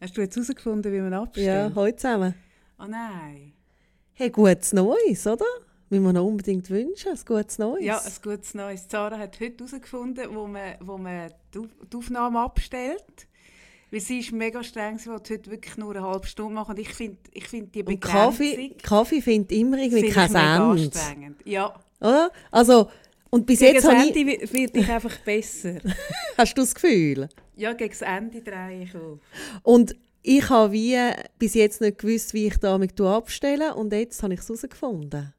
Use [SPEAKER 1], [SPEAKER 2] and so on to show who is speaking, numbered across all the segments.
[SPEAKER 1] Hast du jetzt herausgefunden, wie man abstimmt?
[SPEAKER 2] Ja, heute zusammen.
[SPEAKER 1] Ah nein.
[SPEAKER 2] Hey, gutes Neues, oder? Müssen wir noch unbedingt wünschen, ein gutes Neues.
[SPEAKER 1] Ja, ein gutes Neues. Zara hat heute herausgefunden, wo man, wo man die Auf- die Aufnahme abstellt. Weil sie ist mega streng, sie wollte heute wirklich nur eine halbe Stunde machen. Und ich finde ich find die
[SPEAKER 2] Und
[SPEAKER 1] Begrenzung
[SPEAKER 2] Kaffee, Kaffee findet immer irgendwie
[SPEAKER 1] finde ich
[SPEAKER 2] kein
[SPEAKER 1] mega
[SPEAKER 2] Ende.
[SPEAKER 1] anstrengend. Ja,
[SPEAKER 2] Oder? Also, und bis
[SPEAKER 1] gegen
[SPEAKER 2] jetzt
[SPEAKER 1] das
[SPEAKER 2] habe ich,
[SPEAKER 1] Ende wi- wird ich einfach besser.
[SPEAKER 2] hast du das Gefühl?
[SPEAKER 1] Ja, gegen das Ende drehe ich auf.
[SPEAKER 2] Und ich habe wie bis jetzt nicht gewusst, wie ich da mit abstelle und jetzt habe ich es herausgefunden.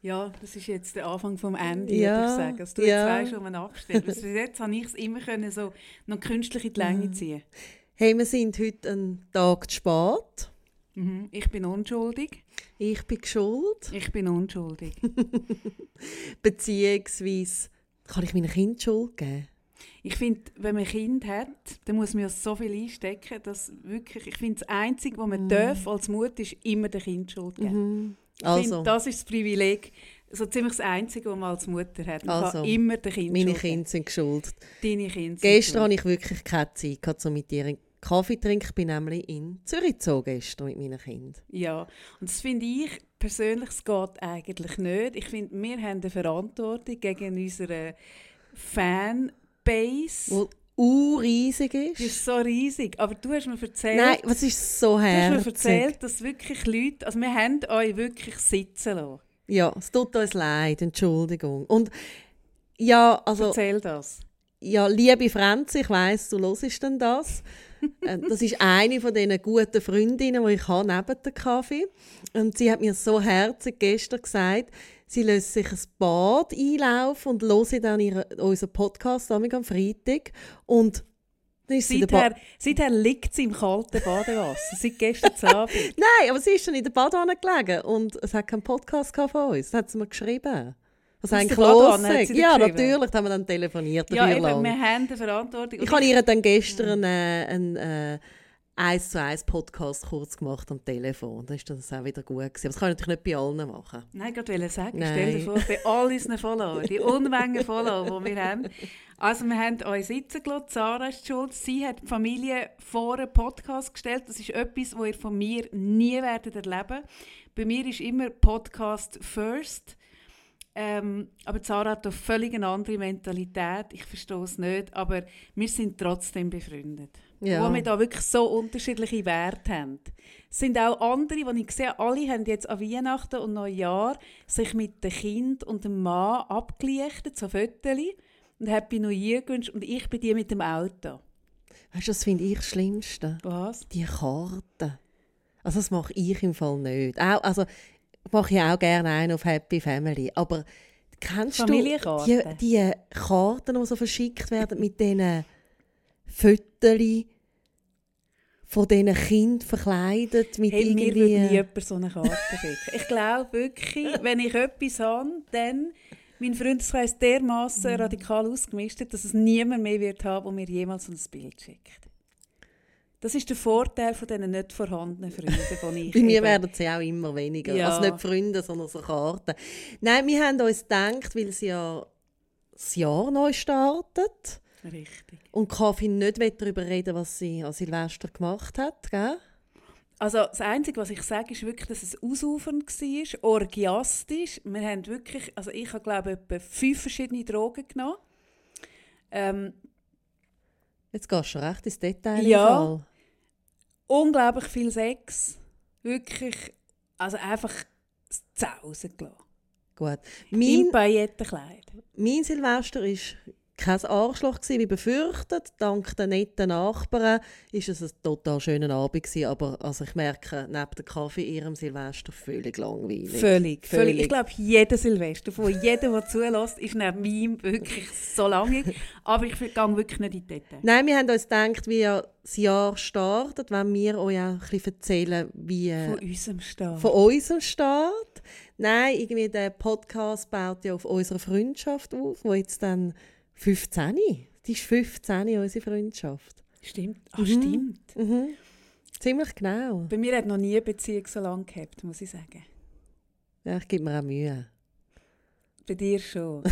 [SPEAKER 1] Ja, das ist jetzt der Anfang vom Ende,
[SPEAKER 2] Ja,
[SPEAKER 1] würde ich sagen. Dass du
[SPEAKER 2] ja.
[SPEAKER 1] jetzt weißt, wo man abstellt. Bis jetzt habe ich es immer können so noch künstlich in die Länge ziehen.
[SPEAKER 2] Hey, wir sind heute einen Tag zu spät.
[SPEAKER 1] Mhm. Ich bin unschuldig.
[SPEAKER 2] Ich bin schuld.
[SPEAKER 1] Ich bin unschuldig.
[SPEAKER 2] Beziehungsweise kann ich meinen Kind Schuld geben?
[SPEAKER 1] Ich finde, wenn man ein Kind hat, dann muss man ja so viel einstecken, dass wirklich, ich finde, das Einzige, was man darf als Mutter, ist immer der Kind Schuld geben. Ich
[SPEAKER 2] Also,
[SPEAKER 1] finde, das ist das Privileg, so ziemlich das Einzige, was man als Mutter hat. Man
[SPEAKER 2] Also,
[SPEAKER 1] kann immer der Kind
[SPEAKER 2] meine
[SPEAKER 1] Schuld geben.
[SPEAKER 2] Kinder sind schuld.
[SPEAKER 1] Deine Kinder. sind
[SPEAKER 2] Gestern
[SPEAKER 1] schuld.
[SPEAKER 2] hatte ich wirklich keine Zeit, gehabt, um mit dir einen Kaffee zu trinken. Ich bin nämlich in Zürich gezogen gestern mit meinen Kindern.
[SPEAKER 1] Ja, und das finde ich persönlich, es geht eigentlich nicht. Ich finde, wir haben eine Verantwortung gegen unsere Fanbase.
[SPEAKER 2] Wo urriesig
[SPEAKER 1] Die
[SPEAKER 2] ist.
[SPEAKER 1] ist so riesig. Aber du hast mir erzählt,
[SPEAKER 2] Nein, was ist so
[SPEAKER 1] du hast mir
[SPEAKER 2] herzig.
[SPEAKER 1] erzählt, dass wirklich Leute, also wir haben euch wirklich sitzen lassen.
[SPEAKER 2] Ja, es tut uns leid, Entschuldigung. Und ja, also,
[SPEAKER 1] Erzähl das.
[SPEAKER 2] ja, liebe Franz, ich weiss, du hörst denn das. Äh, das ist eine von diesen guten Freundinnen, die ich habe, neben dem Kaffee. Und sie hat mir so herzig gestern gesagt, sie lässt sich ein Bad einlaufen und höre dann ihre, unseren Podcast am Freitag. Und dann ist sie in der Ba-
[SPEAKER 1] Seither, seither liegt sie im kalten Badewasser, seit gestern Abend.
[SPEAKER 2] Nein, aber sie ist dann in der Badewanne gelegen und es hat keinen Podcast gehabt von uns. Das hat sie mir geschrieben. Was
[SPEAKER 1] der
[SPEAKER 2] eigentlich los
[SPEAKER 1] Badewanne hat
[SPEAKER 2] ist.
[SPEAKER 1] sie dir
[SPEAKER 2] Ja,
[SPEAKER 1] geschrieben?
[SPEAKER 2] natürlich, da haben wir dann telefoniert
[SPEAKER 1] ja,
[SPEAKER 2] dafür
[SPEAKER 1] eben, wir
[SPEAKER 2] lang.
[SPEAKER 1] haben eine Verantwortung.
[SPEAKER 2] Ich habe ihr dann gestern äh, einen äh, 1 zu 1 Podcast kurz gemacht am Telefon. Dann ist das auch wieder gut gewesen. Aber das kann ich natürlich nicht bei allen machen.
[SPEAKER 1] Nein, ich wollte sagen,
[SPEAKER 2] Nein.
[SPEAKER 1] stell dir vor, bei all unseren Followern, die Unmengen Follower, die wir haben. Also wir haben euch sitzen gelassen, Sarah ist schuld, sie hat die Familie vor einen Podcast gestellt. Das ist etwas, was ihr von mir nie werdet erleben Bei mir ist immer Podcast first. Ähm, aber die Sarah hat eine völlig eine andere Mentalität, ich verstehe es nicht, aber wir sind trotzdem befreundet.
[SPEAKER 2] Ja.
[SPEAKER 1] Wo wir da wirklich so unterschiedliche Werte haben. Es sind auch andere, die ich sehe, alle haben jetzt an Weihnachten und Neujahr sich mit dem Kind und dem Mann abgelichtet, so Fötterchen, und Happy New Year gewünscht und ich bin die mit dem Auto.
[SPEAKER 2] Weißt du, das finde ich das Schlimmste.
[SPEAKER 1] Was?
[SPEAKER 2] Die Karten. Also das mache ich im Fall nicht. Auch, also mache ich auch gerne einen auf Happy Family. Aber kennst du die,
[SPEAKER 1] Familienkarten?
[SPEAKER 2] die Karten, die so verschickt werden mit diesen Fötterchen von diesen Kindern verkleidet? Mit
[SPEAKER 1] Hey, mir
[SPEAKER 2] irgendwie...
[SPEAKER 1] würde nie jemand so eine Karte schicken. Ich glaube wirklich, wenn ich etwas habe, dann mein Freundeskreis dermaßen
[SPEAKER 2] Mhm.
[SPEAKER 1] radikal ausgemischt, hat, dass es niemand mehr wird haben, der mir jemals so ein Bild schickt. Das ist der Vorteil von diesen nicht vorhandenen Freunden, die ich
[SPEAKER 2] Bei mir
[SPEAKER 1] eben-
[SPEAKER 2] werden sie auch immer weniger.
[SPEAKER 1] Ja.
[SPEAKER 2] Also nicht Freunde, sondern so Karten. Nein, wir haben uns gedacht, weil sie ja das Jahr neu startet
[SPEAKER 1] Richtig.
[SPEAKER 2] und Kaffee nicht will darüber reden was sie an Silvester gemacht hat. Gell?
[SPEAKER 1] Also das Einzige, was ich sage, ist wirklich, dass es ausufernd war, orgiastisch. Wir haben wirklich, also ich habe glaube ich etwa fünf verschiedene Drogen genommen. Ähm,
[SPEAKER 2] Jetzt gehst du schon recht ins Detail. im
[SPEAKER 1] Ja.
[SPEAKER 2] Fall.
[SPEAKER 1] unglaublich viel Sex. Wirklich, also einfach das Zausen gelassen.
[SPEAKER 2] Gut.
[SPEAKER 1] Im
[SPEAKER 2] Mein,
[SPEAKER 1] Paillettenkleid.
[SPEAKER 2] mein Silvester war kein Arschloch, gewesen, wie befürchtet. Dank den netten Nachbarn ist es ein total schöner Abend. Gewesen, aber also ich merke, neben dem Kaffee ihrem Silvester völlig langweilig.
[SPEAKER 1] Völlig, völlig.
[SPEAKER 2] Völlig.
[SPEAKER 1] Ich glaube, jeder Silvester, von jedem, der zulässt, ist neben meinem wirklich so lange. Aber ich gehe wirklich nicht in die Details.
[SPEAKER 2] Nein, wir haben uns gedacht, wie ja das Jahr startet, wenn wir euch auch ein bisschen erzählen, wie äh,
[SPEAKER 1] Von unserem Start.
[SPEAKER 2] von unserem Start. Nein, irgendwie der Podcast baut ja auf unserer Freundschaft auf, wo jetzt dann 15, die ist 15 unsere Freundschaft.
[SPEAKER 1] Stimmt. Ah, stimmt.
[SPEAKER 2] Mhm. Ziemlich genau.
[SPEAKER 1] Bei mir hat noch nie eine Beziehung so lange gehabt, muss ich sagen.
[SPEAKER 2] Ja, ich gebe mir auch Mühe.
[SPEAKER 1] Bei dir schon.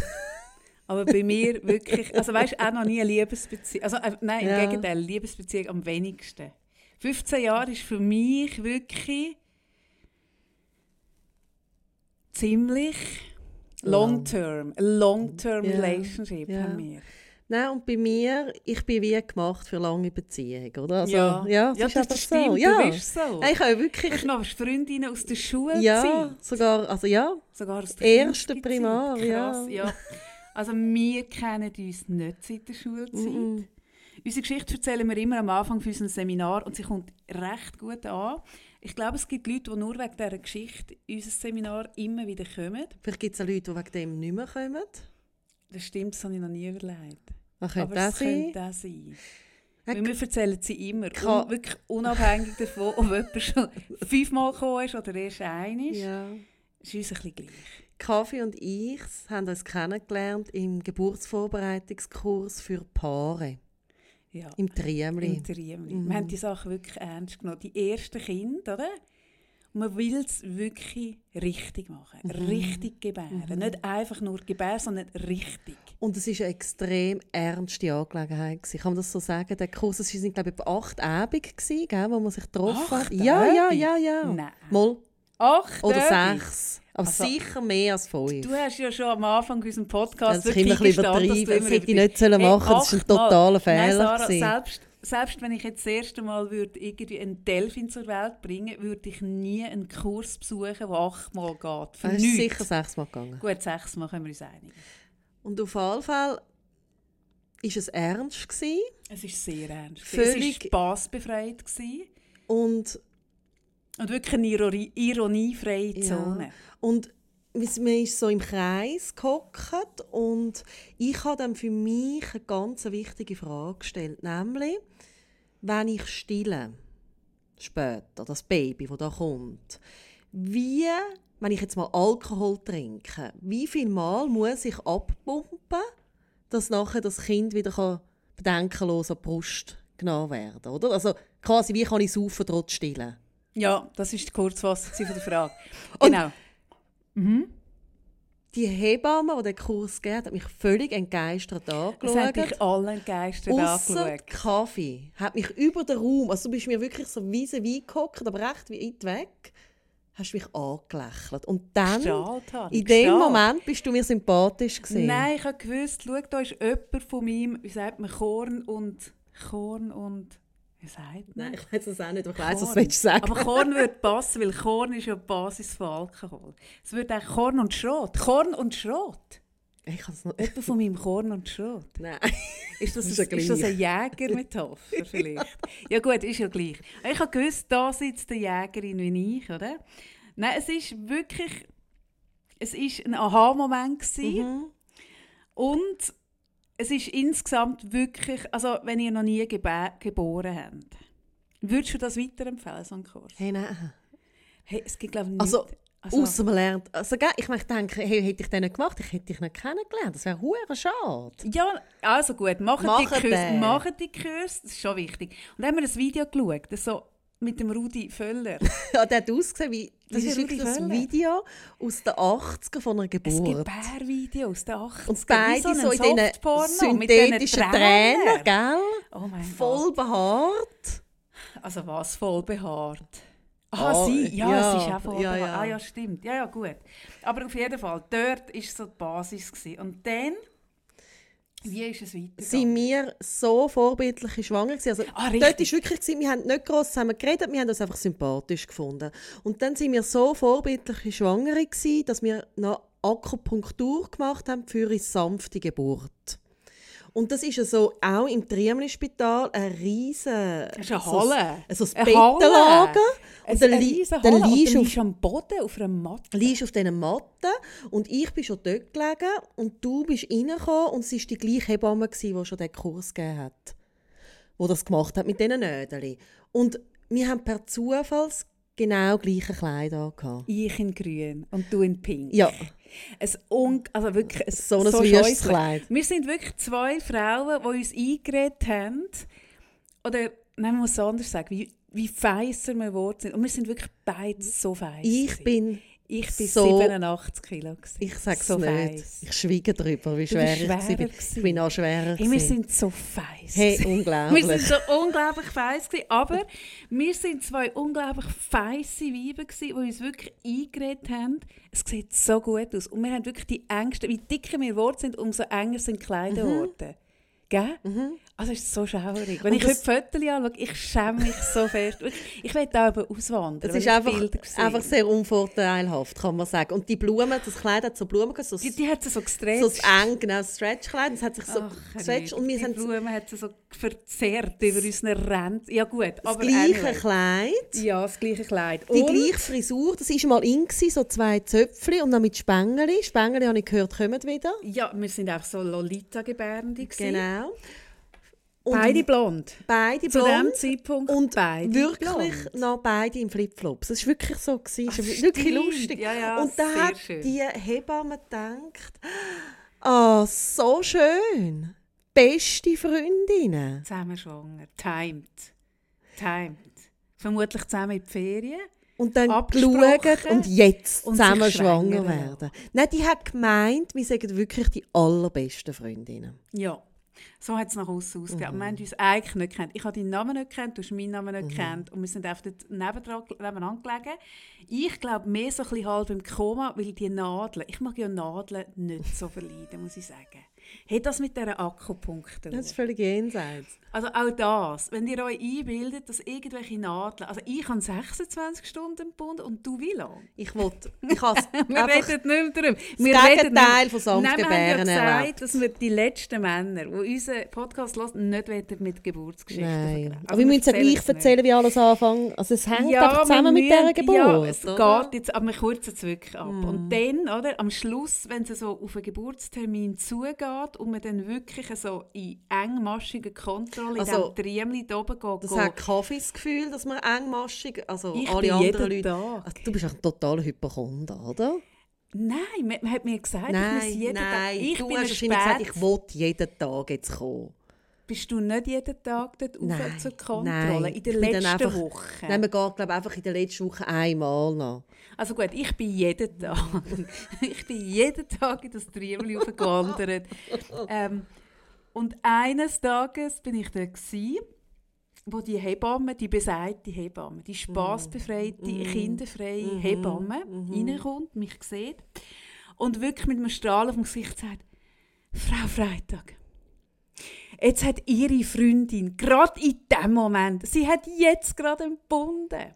[SPEAKER 1] Aber bei mir wirklich, also weißt du, auch noch nie eine Liebesbeziehung. Also, äh, nein, im
[SPEAKER 2] Ja.
[SPEAKER 1] Gegenteil, Liebesbeziehung am wenigsten. 15 Jahre ist für mich wirklich ziemlich long term, long term
[SPEAKER 2] Ja,
[SPEAKER 1] relationship
[SPEAKER 2] ja.
[SPEAKER 1] haben wir.
[SPEAKER 2] Nein, und bei mir, ich bin wie gemacht für lange Beziehungen, oder? Also,
[SPEAKER 1] ja,
[SPEAKER 2] ja, es
[SPEAKER 1] ja,
[SPEAKER 2] ist
[SPEAKER 1] das,
[SPEAKER 2] einfach
[SPEAKER 1] das stimmt,
[SPEAKER 2] so. Ja.
[SPEAKER 1] du bist so.
[SPEAKER 2] Nein, ich habe
[SPEAKER 1] Ich
[SPEAKER 2] wirklich,
[SPEAKER 1] noch Freundinnen aus der Schule
[SPEAKER 2] ja,
[SPEAKER 1] gewesen.
[SPEAKER 2] sogar, also ja,
[SPEAKER 1] sogar aus der
[SPEAKER 2] Erste
[SPEAKER 1] Kindheit
[SPEAKER 2] Primar,
[SPEAKER 1] gewesen. Krass,
[SPEAKER 2] ja.
[SPEAKER 1] ja. Also wir kennen uns nicht seit der Schulzeit.
[SPEAKER 2] Mhm.
[SPEAKER 1] Unsere Geschichte erzählen wir immer am Anfang von unserem Seminar und sie kommt recht gut an. Ich glaube, es gibt Leute, die nur wegen dieser Geschichte unser Seminar immer wieder kommen.
[SPEAKER 2] Vielleicht gibt es auch Leute, die wegen dem nicht mehr kommen.
[SPEAKER 1] Das stimmt, das habe ich noch nie überlegt.
[SPEAKER 2] Was könnte
[SPEAKER 1] Aber
[SPEAKER 2] das
[SPEAKER 1] es
[SPEAKER 2] sein?
[SPEAKER 1] könnte auch sein.
[SPEAKER 2] Ja,
[SPEAKER 1] Weil wir erzählen sie immer,
[SPEAKER 2] Ka-
[SPEAKER 1] un wirklich unabhängig davon, ob jemand schon fünfmal gekommen ist oder erst ein ist.
[SPEAKER 2] Ja.
[SPEAKER 1] Ist uns ein bisschen gleich.
[SPEAKER 2] Kaffee und ich haben uns kennengelernt im Geburtsvorbereitungskurs für Paare
[SPEAKER 1] Ja.
[SPEAKER 2] im Triemli.
[SPEAKER 1] Im Triemli.
[SPEAKER 2] Mhm.
[SPEAKER 1] Wir haben die Sache wirklich ernst genommen. Die ersten Kinder, oder? Und man will es wirklich richtig machen.
[SPEAKER 2] Mhm.
[SPEAKER 1] Richtig gebären. Nicht einfach nur gebären, sondern richtig.
[SPEAKER 2] Und es war eine extrem ernste Angelegenheit. gewesen. Kann man das so sagen? Der Kurs, es waren, glaube ich, etwa acht Abende, gewesen, gell, wo man sich getroffen
[SPEAKER 1] Acht
[SPEAKER 2] hat. Ja, ja,
[SPEAKER 1] Abende?
[SPEAKER 2] ja, ja.
[SPEAKER 1] Nein.
[SPEAKER 2] Mal.
[SPEAKER 1] Acht
[SPEAKER 2] Oder
[SPEAKER 1] Abende.
[SPEAKER 2] sechs. Aber
[SPEAKER 1] Also-
[SPEAKER 2] sicher mehr als fünf.
[SPEAKER 1] Du hast ja schon am Anfang unserem
[SPEAKER 2] Das
[SPEAKER 1] Podcast
[SPEAKER 2] ist immer ein bisschen
[SPEAKER 1] eingestanden, dass du
[SPEAKER 2] übertrieben. Das
[SPEAKER 1] immer
[SPEAKER 2] hätte ich
[SPEAKER 1] übertreibst.
[SPEAKER 2] nicht sollen machen Das war ein
[SPEAKER 1] achtmal.
[SPEAKER 2] totaler Fehler.
[SPEAKER 1] Nein, Sarah,
[SPEAKER 2] gewesen.
[SPEAKER 1] selbst, selbst wenn ich jetzt das erste Mal würde irgendwie einen Delfin zur Welt bringen würde ich nie einen Kurs besuchen, der achtmal geht. Für
[SPEAKER 2] Es ist
[SPEAKER 1] nichts.
[SPEAKER 2] sicher sechsmal gegangen.
[SPEAKER 1] Gut, sechsmal können wir uns einigen.
[SPEAKER 2] Und auf jeden Fall war es ernst. Gewesen.
[SPEAKER 1] Es ist sehr ernst.
[SPEAKER 2] Völlig-
[SPEAKER 1] Es war spaßbefreit. gewesen
[SPEAKER 2] Und
[SPEAKER 1] Und wirklich eine Irori- ironiefreie
[SPEAKER 2] Ja.
[SPEAKER 1] Zone.
[SPEAKER 2] Und wir sind- man ist so im Kreis gehockt und ich habe dann für mich eine ganz wichtige Frage gestellt, nämlich, wenn ich stille, später, das Baby, das da kommt, wie, wenn ich jetzt mal Alkohol trinke, wie viel Mal muss ich abpumpen, dass nachher das Kind wieder kann bedenkenlos an die Brust genommen werden oder? Also quasi, wie kann ich saufen trotz Stillen?
[SPEAKER 1] Ja, das ist die Kurzfassung von der Frage.
[SPEAKER 2] Und-
[SPEAKER 1] genau.
[SPEAKER 2] die Hebamme, die den Kurs gegeben hat, hat mich völlig entgeistert
[SPEAKER 1] Das haben
[SPEAKER 2] angeschaut.
[SPEAKER 1] dich alle entgeistert
[SPEAKER 2] Ausser
[SPEAKER 1] angeschaut.
[SPEAKER 2] Kaffee hat mich über den Raum, also du bist mir wirklich so wie gehockt, aber recht weit weg, hast mich angelächelt. Und dann,
[SPEAKER 1] Gestrahlt habe ich,
[SPEAKER 2] in dem
[SPEAKER 1] gestrahlt.
[SPEAKER 2] Moment, bist du mir sympathisch gewesen.
[SPEAKER 1] Nein, ich habe gewusst, schau, da ist jemand von meinem, wie sagt man, Korn und... Korn und... Wie sagt man?
[SPEAKER 2] Nein, ich weiß es auch nicht, aber ich weiß, was
[SPEAKER 1] Korn.
[SPEAKER 2] du willst sagen.
[SPEAKER 1] Aber Korn würde passen, weil Korn ist ja die Basis von Alkohol. Es würde auch Korn und Schrot. Korn und Schrot.
[SPEAKER 2] ich kann es noch...
[SPEAKER 1] Jemand von meinem Korn und Schrot.
[SPEAKER 2] Nein.
[SPEAKER 1] Ist das, ist
[SPEAKER 2] Ist ja
[SPEAKER 1] ein, ist das
[SPEAKER 2] gleich.
[SPEAKER 1] eine Jägermetapher vielleicht? ja gut, ist ja gleich. Ich habe gewusst, da sitzt eine Jägerin wie ich, oder? Nein, es ist wirklich, es ist ein Aha-Moment gewesen. und es ist insgesamt wirklich, also wenn ihr noch nie gebä- geboren habt, würdest du das weiterempfehlen, so einen Kurs?
[SPEAKER 2] Hey, nein.
[SPEAKER 1] Hey, es gibt glaube ich
[SPEAKER 2] Also,
[SPEAKER 1] nichts-
[SPEAKER 2] Ausser man lernt... Also, gell, ich möchte denken, hey, hätte ich den nicht gemacht, ich hätte dich nicht kennengelernt. Das wäre hure schade.
[SPEAKER 1] Ja, also gut, machen die
[SPEAKER 2] Macht
[SPEAKER 1] Kurs,
[SPEAKER 2] den.
[SPEAKER 1] machen die Kurs, das ist schon wichtig. Und dann haben wir ein Video geschaut, das so mit dem Rudi Völler.
[SPEAKER 2] Ja, der hat ausgesehen wie...
[SPEAKER 1] Das
[SPEAKER 2] Das, ist
[SPEAKER 1] ist
[SPEAKER 2] wirklich
[SPEAKER 1] Rudi
[SPEAKER 2] ein
[SPEAKER 1] Völler.
[SPEAKER 2] Video aus den 80ern von einer
[SPEAKER 1] Es gibt
[SPEAKER 2] Geburt.
[SPEAKER 1] Bärvideo aus den 80ern.
[SPEAKER 2] Und beide
[SPEAKER 1] wie
[SPEAKER 2] so in
[SPEAKER 1] einen
[SPEAKER 2] diesen
[SPEAKER 1] Softporno mit diesen
[SPEAKER 2] synthetischen Tränen, gell?
[SPEAKER 1] Oh mein
[SPEAKER 2] Voll behaart.
[SPEAKER 1] Gott. Also was, voll behaart. Ah,
[SPEAKER 2] Ah,
[SPEAKER 1] sie, ja,
[SPEAKER 2] ja,
[SPEAKER 1] es ist auch voll
[SPEAKER 2] ja,
[SPEAKER 1] behaart.
[SPEAKER 2] ja.
[SPEAKER 1] Ah ja, stimmt. Ja, ja, gut. Aber auf jeden Fall, dort war so die Basis. Gewesen. Und dann, wie ist es weitergegangen?
[SPEAKER 2] Sind wir so vorbildliche Schwanger gewesen. Also,
[SPEAKER 1] Ah, richtig.
[SPEAKER 2] dort ist wirklich, gewesen, wir haben nicht gross zusammen geredet, wir haben uns einfach sympathisch gefunden. Und dann sind wir so vorbildliche Schwangere gewesen, dass wir noch Akupunktur gemacht haben für eine sanfte Geburt. Und das ist ja so auch im Triemli-Spital ein riesen...
[SPEAKER 1] Das ist eine
[SPEAKER 2] so ein-
[SPEAKER 1] Halle.
[SPEAKER 2] So ein
[SPEAKER 1] Eine Halle.
[SPEAKER 2] Bettenlager. Und dann
[SPEAKER 1] eine
[SPEAKER 2] li-
[SPEAKER 1] riesen
[SPEAKER 2] dann
[SPEAKER 1] Halle. Und
[SPEAKER 2] liegst
[SPEAKER 1] dann
[SPEAKER 2] du auf
[SPEAKER 1] liegst du am Boden auf einer Matte.
[SPEAKER 2] liegst auf diesen Matten und ich bin schon dort gelegen und du bist reingekommen und es war die gleiche Hebamme, gewesen, die schon den Kurs gegeben hat, wo das gemacht hat mit diesen Nödeli. Und wir haben per Zufall das genau gleiche Kleid angehabt.
[SPEAKER 1] Ich in grün und du in pink.
[SPEAKER 2] Ja,
[SPEAKER 1] Ein un also wirklich ein,
[SPEAKER 2] So ein wüstes
[SPEAKER 1] scheußlich.
[SPEAKER 2] Kleid.
[SPEAKER 1] Wir sind wirklich zwei Frauen, die uns eingeredet haben. Oder, nein, man muss es anders sagen, wie, wie feisser wir geworden sind. Und wir sind wirklich beide so feiss.
[SPEAKER 2] ich
[SPEAKER 1] gewesen.
[SPEAKER 2] bin
[SPEAKER 1] Ich bin
[SPEAKER 2] So-
[SPEAKER 1] 87 Kilo. gewesen.
[SPEAKER 2] Ich sage es
[SPEAKER 1] so
[SPEAKER 2] nicht.
[SPEAKER 1] Feins.
[SPEAKER 2] Ich schweige darüber, wie
[SPEAKER 1] Du
[SPEAKER 2] schwer
[SPEAKER 1] bist
[SPEAKER 2] ich war.
[SPEAKER 1] schwerer
[SPEAKER 2] Ich bin auch schwerer.
[SPEAKER 1] Hey, wir
[SPEAKER 2] gewesen.
[SPEAKER 1] sind so feins.
[SPEAKER 2] hey,
[SPEAKER 1] gewesen. wir sind
[SPEAKER 2] unglaublich.
[SPEAKER 1] so unglaublich feiss gewesen, aber wir sind zwei unglaublich feisse Weiber gewesen, die uns wirklich eingeredet haben. Es sieht so gut aus und wir haben wirklich die engsten, wie dicker wir geworden sind, umso enger sind die Kleider
[SPEAKER 2] Mhm.
[SPEAKER 1] geworden. Gell? Also es ist so schaurig. Wenn
[SPEAKER 2] Und
[SPEAKER 1] ich heute
[SPEAKER 2] das-
[SPEAKER 1] Fotos anschaue, ich schäme mich so fest. Wirklich, Ich will da aber auswandern.
[SPEAKER 2] Es
[SPEAKER 1] weil
[SPEAKER 2] ist
[SPEAKER 1] ich
[SPEAKER 2] einfach,
[SPEAKER 1] Bilder sehe.
[SPEAKER 2] einfach sehr unvorteilhaft, kann man sagen. Und die Blumen, das Kleid hat so Blumen, gehabt, so,
[SPEAKER 1] die, die hat sie so gestretcht.
[SPEAKER 2] so ein eng, genau, das Stretchkleid. Das hat sich so
[SPEAKER 1] Ach,
[SPEAKER 2] gestretcht.
[SPEAKER 1] nee,
[SPEAKER 2] Und wir
[SPEAKER 1] die
[SPEAKER 2] haben
[SPEAKER 1] Blumen hat sie so verzerrt über unseren Rand. Ja gut,
[SPEAKER 2] das
[SPEAKER 1] aber
[SPEAKER 2] gleiche
[SPEAKER 1] anyway.
[SPEAKER 2] Kleid.
[SPEAKER 1] Ja, das gleiche Kleid.
[SPEAKER 2] Die
[SPEAKER 1] Und-
[SPEAKER 2] gleiche Frisur, das war mal in, gewesen, so zwei Zöpfchen und dann mit Spengeli. Spengeli, habe ich gehört, kommen wieder.
[SPEAKER 1] Ja, wir sind auch so Lolita-Gebärende. gewesen.
[SPEAKER 2] Genau. Und
[SPEAKER 1] Beide blond.
[SPEAKER 2] beide
[SPEAKER 1] Zu dem
[SPEAKER 2] blond
[SPEAKER 1] Zeitpunkt
[SPEAKER 2] und
[SPEAKER 1] beide
[SPEAKER 2] wirklich
[SPEAKER 1] blond.
[SPEAKER 2] noch beide im Flipflops. Es war wirklich so. Gewesen. Es war
[SPEAKER 1] Ah,
[SPEAKER 2] wirklich
[SPEAKER 1] stimmt.
[SPEAKER 2] lustig.
[SPEAKER 1] Ja, ja,
[SPEAKER 2] und da
[SPEAKER 1] sehr
[SPEAKER 2] hat
[SPEAKER 1] schön.
[SPEAKER 2] die Hebamme gedacht, ah, so schön. Beste Freundinnen.
[SPEAKER 1] Zusammen schwanger. Timed. Timed. Vermutlich zusammen in die Ferien.
[SPEAKER 2] Und dann
[SPEAKER 1] Abgesprochen
[SPEAKER 2] schauen und jetzt
[SPEAKER 1] und sich
[SPEAKER 2] zusammen
[SPEAKER 1] schwanger
[SPEAKER 2] schwanger werden. Nein, die hat gemeint, wir seien wirklich die allerbesten Freundinnen.
[SPEAKER 1] Ja. So hat es nach außen ausgesehen.
[SPEAKER 2] Mhm.
[SPEAKER 1] Aber Wir haben uns eigentlich nicht gekannt. Ich habe deinen Namen nicht gekannt, du hast meinen Namen
[SPEAKER 2] Mhm.
[SPEAKER 1] nicht gekannt. Und wir sind einfach dort nebendran, nebeneinander gelegen. Ich glaube, mehr so ein bisschen halb im Koma, weil die Nadeln, ich mag ja Nadeln nicht so verleiden, muss ich sagen. Hat das mit dieser Akupunktur?
[SPEAKER 2] Das ist völlig jenseits.
[SPEAKER 1] Also auch das, wenn ihr euch einbildet, dass irgendwelche Nadeln, also ich habe 26 Stunden Bund und du wie lange?
[SPEAKER 2] Ich wollte, ich habe
[SPEAKER 1] Wir reden nicht mehr darüber. Wir
[SPEAKER 2] Gegenteil von sanft
[SPEAKER 1] Nein, wir haben ja
[SPEAKER 2] gebären erlebt.
[SPEAKER 1] gesagt, dass wir die letzten Männer, die unseren Podcast hören, nicht wollen mit Geburtsgeschichten
[SPEAKER 2] Nein.
[SPEAKER 1] vergleichen.
[SPEAKER 2] Aber wir müssen es ja
[SPEAKER 1] Also erzählen
[SPEAKER 2] gleich
[SPEAKER 1] es nicht.
[SPEAKER 2] erzählen, wie alles anfängt. Also es hängt einfach
[SPEAKER 1] wir
[SPEAKER 2] zusammen mit
[SPEAKER 1] müssen-
[SPEAKER 2] dieser Geburt.
[SPEAKER 1] Ja, es
[SPEAKER 2] oder? Hm.
[SPEAKER 1] geht jetzt, aber wir kürzen es wirklich ab. Und dann, oder, am Schluss, wenn es so auf einen Geburtstermin zugeht und man dann wirklich so in engmaschiger Kontrolle
[SPEAKER 2] Also,
[SPEAKER 1] in diesem Triemli da oben geht,
[SPEAKER 2] Das
[SPEAKER 1] geht-
[SPEAKER 2] hat Kaffee das Gefühl, dass man engmaschig, also
[SPEAKER 1] Ich
[SPEAKER 2] alle
[SPEAKER 1] bin
[SPEAKER 2] anderen
[SPEAKER 1] jeden
[SPEAKER 2] Leute...
[SPEAKER 1] Tag.
[SPEAKER 2] Also, du bist ein totaler Hypochonder, oder?
[SPEAKER 1] Nein, man, man hat mir gesagt, ich muss jeden Tag... Ich
[SPEAKER 2] du
[SPEAKER 1] bin
[SPEAKER 2] hast
[SPEAKER 1] spät,
[SPEAKER 2] wahrscheinlich gesagt, ich will jeden Tag jetzt kommen.
[SPEAKER 1] Bist du nicht jeden Tag dort
[SPEAKER 2] Nein,
[SPEAKER 1] auf zur Kontrolle?
[SPEAKER 2] nein,
[SPEAKER 1] in der
[SPEAKER 2] ich bin dann
[SPEAKER 1] letzten
[SPEAKER 2] einfach-
[SPEAKER 1] Woche?
[SPEAKER 2] Nein, man geht, glaube ich, einfach in der letzten Woche einmal noch.
[SPEAKER 1] Also gut, ich bin jeden Tag, ich bin jeden Tag in das Triemel aufgewandert. ähm, und eines Tages bin ich da gsi, wo die Hebamme, die besagte Hebamme, die spaßbefreite, kinderfreie Hebamme reinkommt, mich sieht und wirklich mit einem Strahl auf dem Gesicht sagt, Frau Freitag, jetzt hat ihre Freundin, gerade in dem Moment, sie hat jetzt gerade entbunden.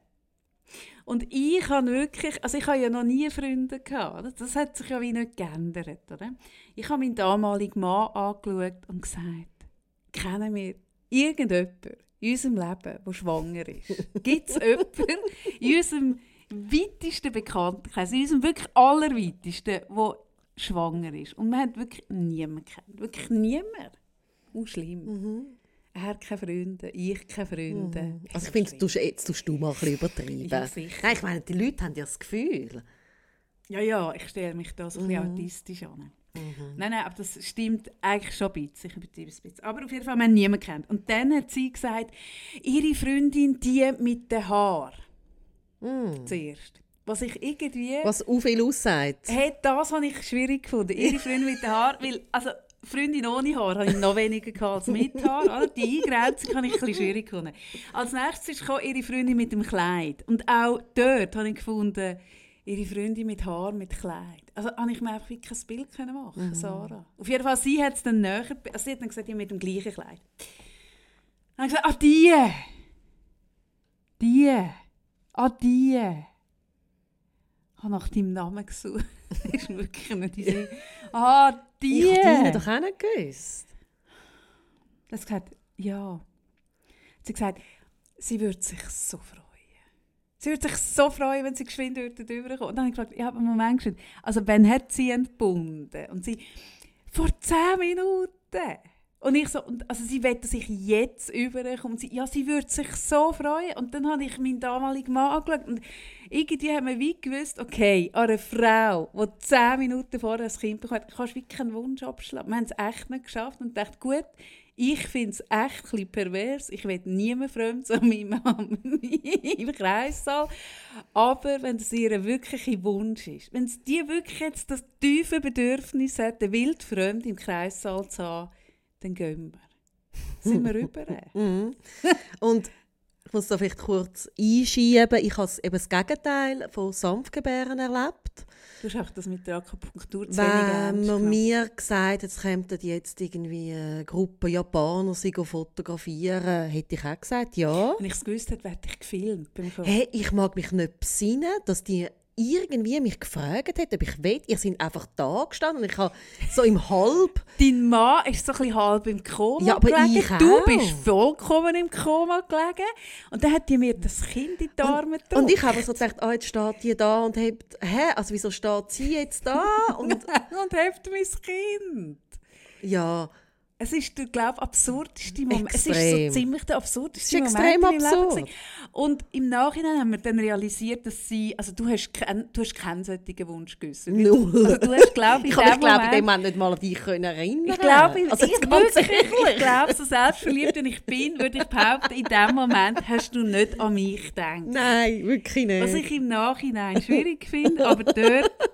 [SPEAKER 1] Und ich habe wirklich, also ich habe ja noch nie Freunde gehabt, oder? das hat sich ja wie nicht geändert, oder? Ich habe meinen damaligen Mann angeschaut und gesagt, kennen wir irgendjemanden in unserem Leben, der schwanger ist? Gibt es jemanden in unserem weitesten Bekanntenkreis, in unserem wirklich allerweitesten, der schwanger ist? Und wir haben wirklich niemanden kennt, wirklich niemanden. Oh, schlimm. Er hat keine Freunde, ich keine Freunde.
[SPEAKER 2] Also ich finde, du tust- jetzt tust du mal ein bisschen übertreiben.
[SPEAKER 1] Ja, sicher.
[SPEAKER 2] Nein, ich meine, die Leute haben ja das Gefühl.
[SPEAKER 1] Ja, ja, ich stelle mich da so ein bisschen autistisch an. Nein, nein, aber das stimmt eigentlich schon ein bisschen. Ich übertreibe es ein bisschen. Aber auf jeden Fall, wir haben niemanden kennt. Und dann hat sie gesagt, ihre Freundin, die mit den Haaren. Zuerst. Was ich irgendwie...
[SPEAKER 2] Was auch viel aussagt.
[SPEAKER 1] Hey, das habe ich schwierig gefunden. Ihre Freundin mit den Haaren, weil, also Freundin ohne Haar habe ich noch weniger gehabt als mit Haar. oder? Die Eingrenzung habe ich ein bisschen schwierig gefunden. Als nächstes kam ihre Freundin mit dem Kleid. Und auch dort habe ich gefunden, ihre Freundin mit Haar, mit Kleid. Also habe ich mir einfach wie kein Bild können machen Sarah. Auf jeden Fall, sie hat es dann näher, be- also sie hat dann gesagt, die mit dem gleichen Kleid. Dann habe ich gesagt, ah, die! Die! Ah, die! Ich habe nach deinem Namen gesucht. das ist mir wirklich nicht in den Sinn. Ah, die!
[SPEAKER 2] Ich habe deine doch auch nicht gewusst.
[SPEAKER 1] Dann hat sie gesagt, ja. Sie hat gesagt, sie würde sich so freuen. Sie würde sich so freuen, wenn sie geschwind dort rüberkommt. Und dann habe ich gefragt, ja, aber Moment, geschwind. also wann hat sie entbunden? Und sie, vor 10 Minuten. Und ich so, und, also sie wollte, dass ich jetzt rüberkomme. Und sie, ja, sie würde sich so freuen. Und dann habe ich meinen damaligen Mann angeschaut und irgendwie haben wir wie gewusst, okay, an einer Frau, die 10 Minuten vorher ein Kind bekommt, kannst du wirklich einen Wunsch abschlagen. Wir haben es echt nicht geschafft und dachte, gut, Ich finde es echt ein bisschen pervers. Ich will niemand fremd an meinem im Kreissaal. Aber wenn es ihr wirklicher Wunsch ist, wenn es die wirklich jetzt das tiefe Bedürfnis hat, den wildfremd im Kreissaal zu haben, dann gehen wir. Sind wir rüber?
[SPEAKER 2] Mhm. Und ich muss da vielleicht kurz einschieben. Ich habe eben das Gegenteil von Sanftgebären erlebt.
[SPEAKER 1] Du hast einfach das mit der Akupunktur zu wenig
[SPEAKER 2] Wenn
[SPEAKER 1] ernst
[SPEAKER 2] man
[SPEAKER 1] genommen.
[SPEAKER 2] mir gesagt hat, es könnten jetzt irgendwie eine Gruppe Japaner sich fotografieren, hätte ich auch gesagt, ja.
[SPEAKER 1] Wenn ich es gewusst hätte, hätte ich gefilmt. Beim Kommen.
[SPEAKER 2] Hey, ich mag mich nicht besinnen, dass die irgendwie mich gefragt hat, ob ich will. Ihr sind einfach da gestanden und ich habe so im Halb.
[SPEAKER 1] Dein Mann ist so ein bisschen halb im Koma
[SPEAKER 2] Ja, aber
[SPEAKER 1] gelegen.
[SPEAKER 2] ich
[SPEAKER 1] du
[SPEAKER 2] auch.
[SPEAKER 1] bist vollkommen im Koma gelegen. Und dann hat die mir das Kind in die Arme gedrückt.
[SPEAKER 2] Und ich habe so gedacht, ah, jetzt steht die da und hebt, hä, also wieso steht sie jetzt da? Und
[SPEAKER 1] und hebt mein Kind.
[SPEAKER 2] ja,
[SPEAKER 1] Es ist, der, glaube ich, absurdeste Moment. Es ist
[SPEAKER 2] Extrem.
[SPEAKER 1] so ziemlich der absurdeste
[SPEAKER 2] Es
[SPEAKER 1] Moment
[SPEAKER 2] ist
[SPEAKER 1] in
[SPEAKER 2] extrem
[SPEAKER 1] meinem Leben.
[SPEAKER 2] absurd.
[SPEAKER 1] gewesen. Und im Nachhinein haben wir dann realisiert, dass sie, also du hast, kein, du hast keinen solchen Wunsch gegessen. Weil du-
[SPEAKER 2] Null.
[SPEAKER 1] Also du hast, glaube ich,
[SPEAKER 2] ich
[SPEAKER 1] in
[SPEAKER 2] habe
[SPEAKER 1] dem
[SPEAKER 2] mich, glaube ich, in dem
[SPEAKER 1] Moment...
[SPEAKER 2] Moment nicht mal an dich können erinnern
[SPEAKER 1] Ich glaube, ich,
[SPEAKER 2] also
[SPEAKER 1] ich,
[SPEAKER 2] jetzt ganz
[SPEAKER 1] wirklich, ich
[SPEAKER 2] ehrlich.
[SPEAKER 1] glaube, so selbstverliebt wie ich bin, würde ich behaupten, in dem Moment hast du nicht an mich gedacht.
[SPEAKER 2] Nein, wirklich nicht.
[SPEAKER 1] Was ich im
[SPEAKER 2] Äh.
[SPEAKER 1] Nachhinein schwierig finde, aber dort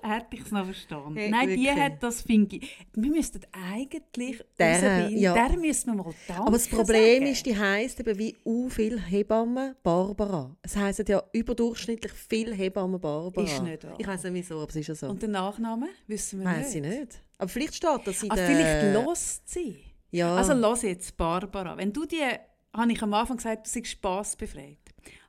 [SPEAKER 1] hätte ich es noch verstanden.
[SPEAKER 2] Hey,
[SPEAKER 1] Nein, die
[SPEAKER 2] wirklich.
[SPEAKER 1] hat das, finde ich. Wir müssten eigentlich
[SPEAKER 2] Der,
[SPEAKER 1] rausfinden,
[SPEAKER 2] ja.
[SPEAKER 1] der müssen wir mal danken
[SPEAKER 2] Aber das Problem
[SPEAKER 1] sagen.
[SPEAKER 2] ist, die heisst eben wie u viel Hebammen Barbara. Es heisst ja überdurchschnittlich viel Hebammen Barbara.
[SPEAKER 1] Ist nicht wahr.
[SPEAKER 2] Ich weiß nicht wieso, aber es ist ja so.
[SPEAKER 1] Und den Nachnamen wissen wir
[SPEAKER 2] Weiß ich
[SPEAKER 1] nicht.
[SPEAKER 2] nicht. Aber vielleicht steht das in
[SPEAKER 1] Ah,
[SPEAKER 2] der...
[SPEAKER 1] vielleicht lost sie.
[SPEAKER 2] Ja.
[SPEAKER 1] Also los jetzt Barbara. Wenn du die, habe ich am Anfang gesagt, du seist Spaß befreit.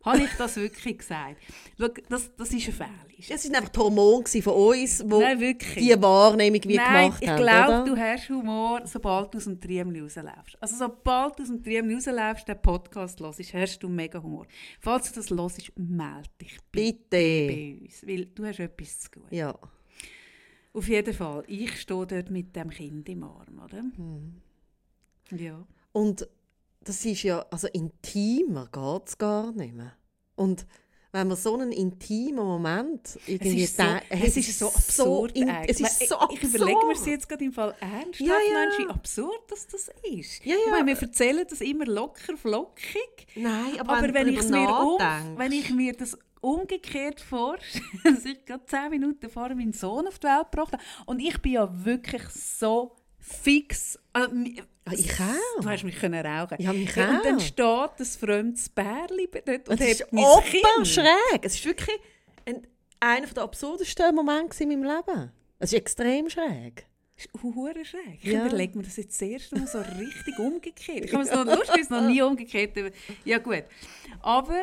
[SPEAKER 1] Habe ich das wirklich gesagt? Schau, das, das ist ein Fehler.
[SPEAKER 2] Es waren einfach die Hormone gewesen von uns, wo
[SPEAKER 1] Nein, wirklich.
[SPEAKER 2] Oh, die Wahrnehmung wie
[SPEAKER 1] Nein,
[SPEAKER 2] gemacht
[SPEAKER 1] ich
[SPEAKER 2] haben,
[SPEAKER 1] glaube,
[SPEAKER 2] oder?
[SPEAKER 1] du hast Humor, sobald du aus dem Triemli rausläufst. Also sobald du aus dem Triemli rausläufst, den Podcast hörst, hast du mega Humor. Falls du das hörst, melde dich bitte
[SPEAKER 2] Bitte.
[SPEAKER 1] bei uns, weil du hast etwas zu gut.
[SPEAKER 2] Ja.
[SPEAKER 1] Auf jeden Fall, ich stehe dort mit dem Kind im Arm, oder?
[SPEAKER 2] Hm.
[SPEAKER 1] Ja.
[SPEAKER 2] Und das ist ja, also intimer geht es gar nicht mehr. Und wenn man so einen intimen Moment irgendwie
[SPEAKER 1] Es ist, so,
[SPEAKER 2] denkt- Hey,
[SPEAKER 1] es ist so absurd.
[SPEAKER 2] in-
[SPEAKER 1] eigentlich.
[SPEAKER 2] es ist so
[SPEAKER 1] ich,
[SPEAKER 2] absurd.
[SPEAKER 1] ich überlege mir es jetzt gerade im Fall ernsthaft,
[SPEAKER 2] Ja, ja.
[SPEAKER 1] Mensch, wie absurd dass das ist.
[SPEAKER 2] Ja,
[SPEAKER 1] Ich
[SPEAKER 2] ja.
[SPEAKER 1] meine, wir erzählen das immer locker, flockig.
[SPEAKER 2] Nein, aber,
[SPEAKER 1] Aber,
[SPEAKER 2] du
[SPEAKER 1] wenn,
[SPEAKER 2] darüber
[SPEAKER 1] ich's mir um,
[SPEAKER 2] nachdenkst-
[SPEAKER 1] wenn ich mir das umgekehrt vorstelle, dass ich gerade 10 Minuten vor meinen Sohn auf die Welt gebracht habe. Und ich bin ja wirklich so fix. Also, mi-
[SPEAKER 2] Ah, ich auch.
[SPEAKER 1] Du hast mich können rauchen.
[SPEAKER 2] Ja, mich
[SPEAKER 1] Hey, Und dann
[SPEAKER 2] auch.
[SPEAKER 1] steht ein fremdes Bärli dort und
[SPEAKER 2] es ist
[SPEAKER 1] hebt mein
[SPEAKER 2] offen
[SPEAKER 1] Kind.
[SPEAKER 2] schräg. Es ist wirklich ein, einer der absurdesten Momente in meinem Leben. Es ist extrem schräg.
[SPEAKER 1] Das ist hure schräg. Ich
[SPEAKER 2] Ja.
[SPEAKER 1] überlege mir das jetzt das erste Mal so richtig umgekehrt. Ich habe es noch lustig, es noch nie umgekehrt. über- Ja gut. Aber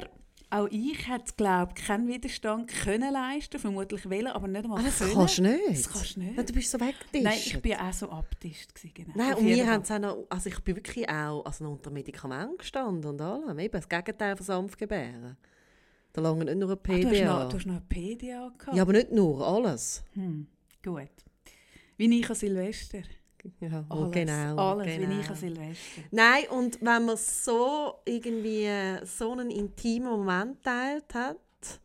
[SPEAKER 1] auch ich hätte, glaube ich, keinen Widerstand können leisten, vermutlich wollen, aber nicht einmal
[SPEAKER 2] Aber Ah, das
[SPEAKER 1] können.
[SPEAKER 2] kannst du nicht.
[SPEAKER 1] Das kannst du nicht.
[SPEAKER 2] Nein, du bist so weggetischt.
[SPEAKER 1] Nein, ich bin auch so abgetischt. gewesen, Genau.
[SPEAKER 2] Nein,
[SPEAKER 1] Auf
[SPEAKER 2] und
[SPEAKER 1] jeden
[SPEAKER 2] wir
[SPEAKER 1] Fall.
[SPEAKER 2] haben es auch noch, also ich bin wirklich auch also noch unter Medikamenten gestanden und allem. Eben das Gegenteil von Sanftgebären. Da lange nicht nur ein
[SPEAKER 1] Ah, du, hast
[SPEAKER 2] PDA.
[SPEAKER 1] noch, du hast noch eine PDA gehabt?
[SPEAKER 2] ja, aber nicht nur, alles.
[SPEAKER 1] Hm, gut. Wie ich an Silvester.
[SPEAKER 2] Ja,
[SPEAKER 1] Alles,
[SPEAKER 2] genau.
[SPEAKER 1] alles
[SPEAKER 2] genau.
[SPEAKER 1] wie ich an Silvester.
[SPEAKER 2] Nein, und wenn man so irgendwie äh, so einen intimen Moment teilt hat,
[SPEAKER 1] Dann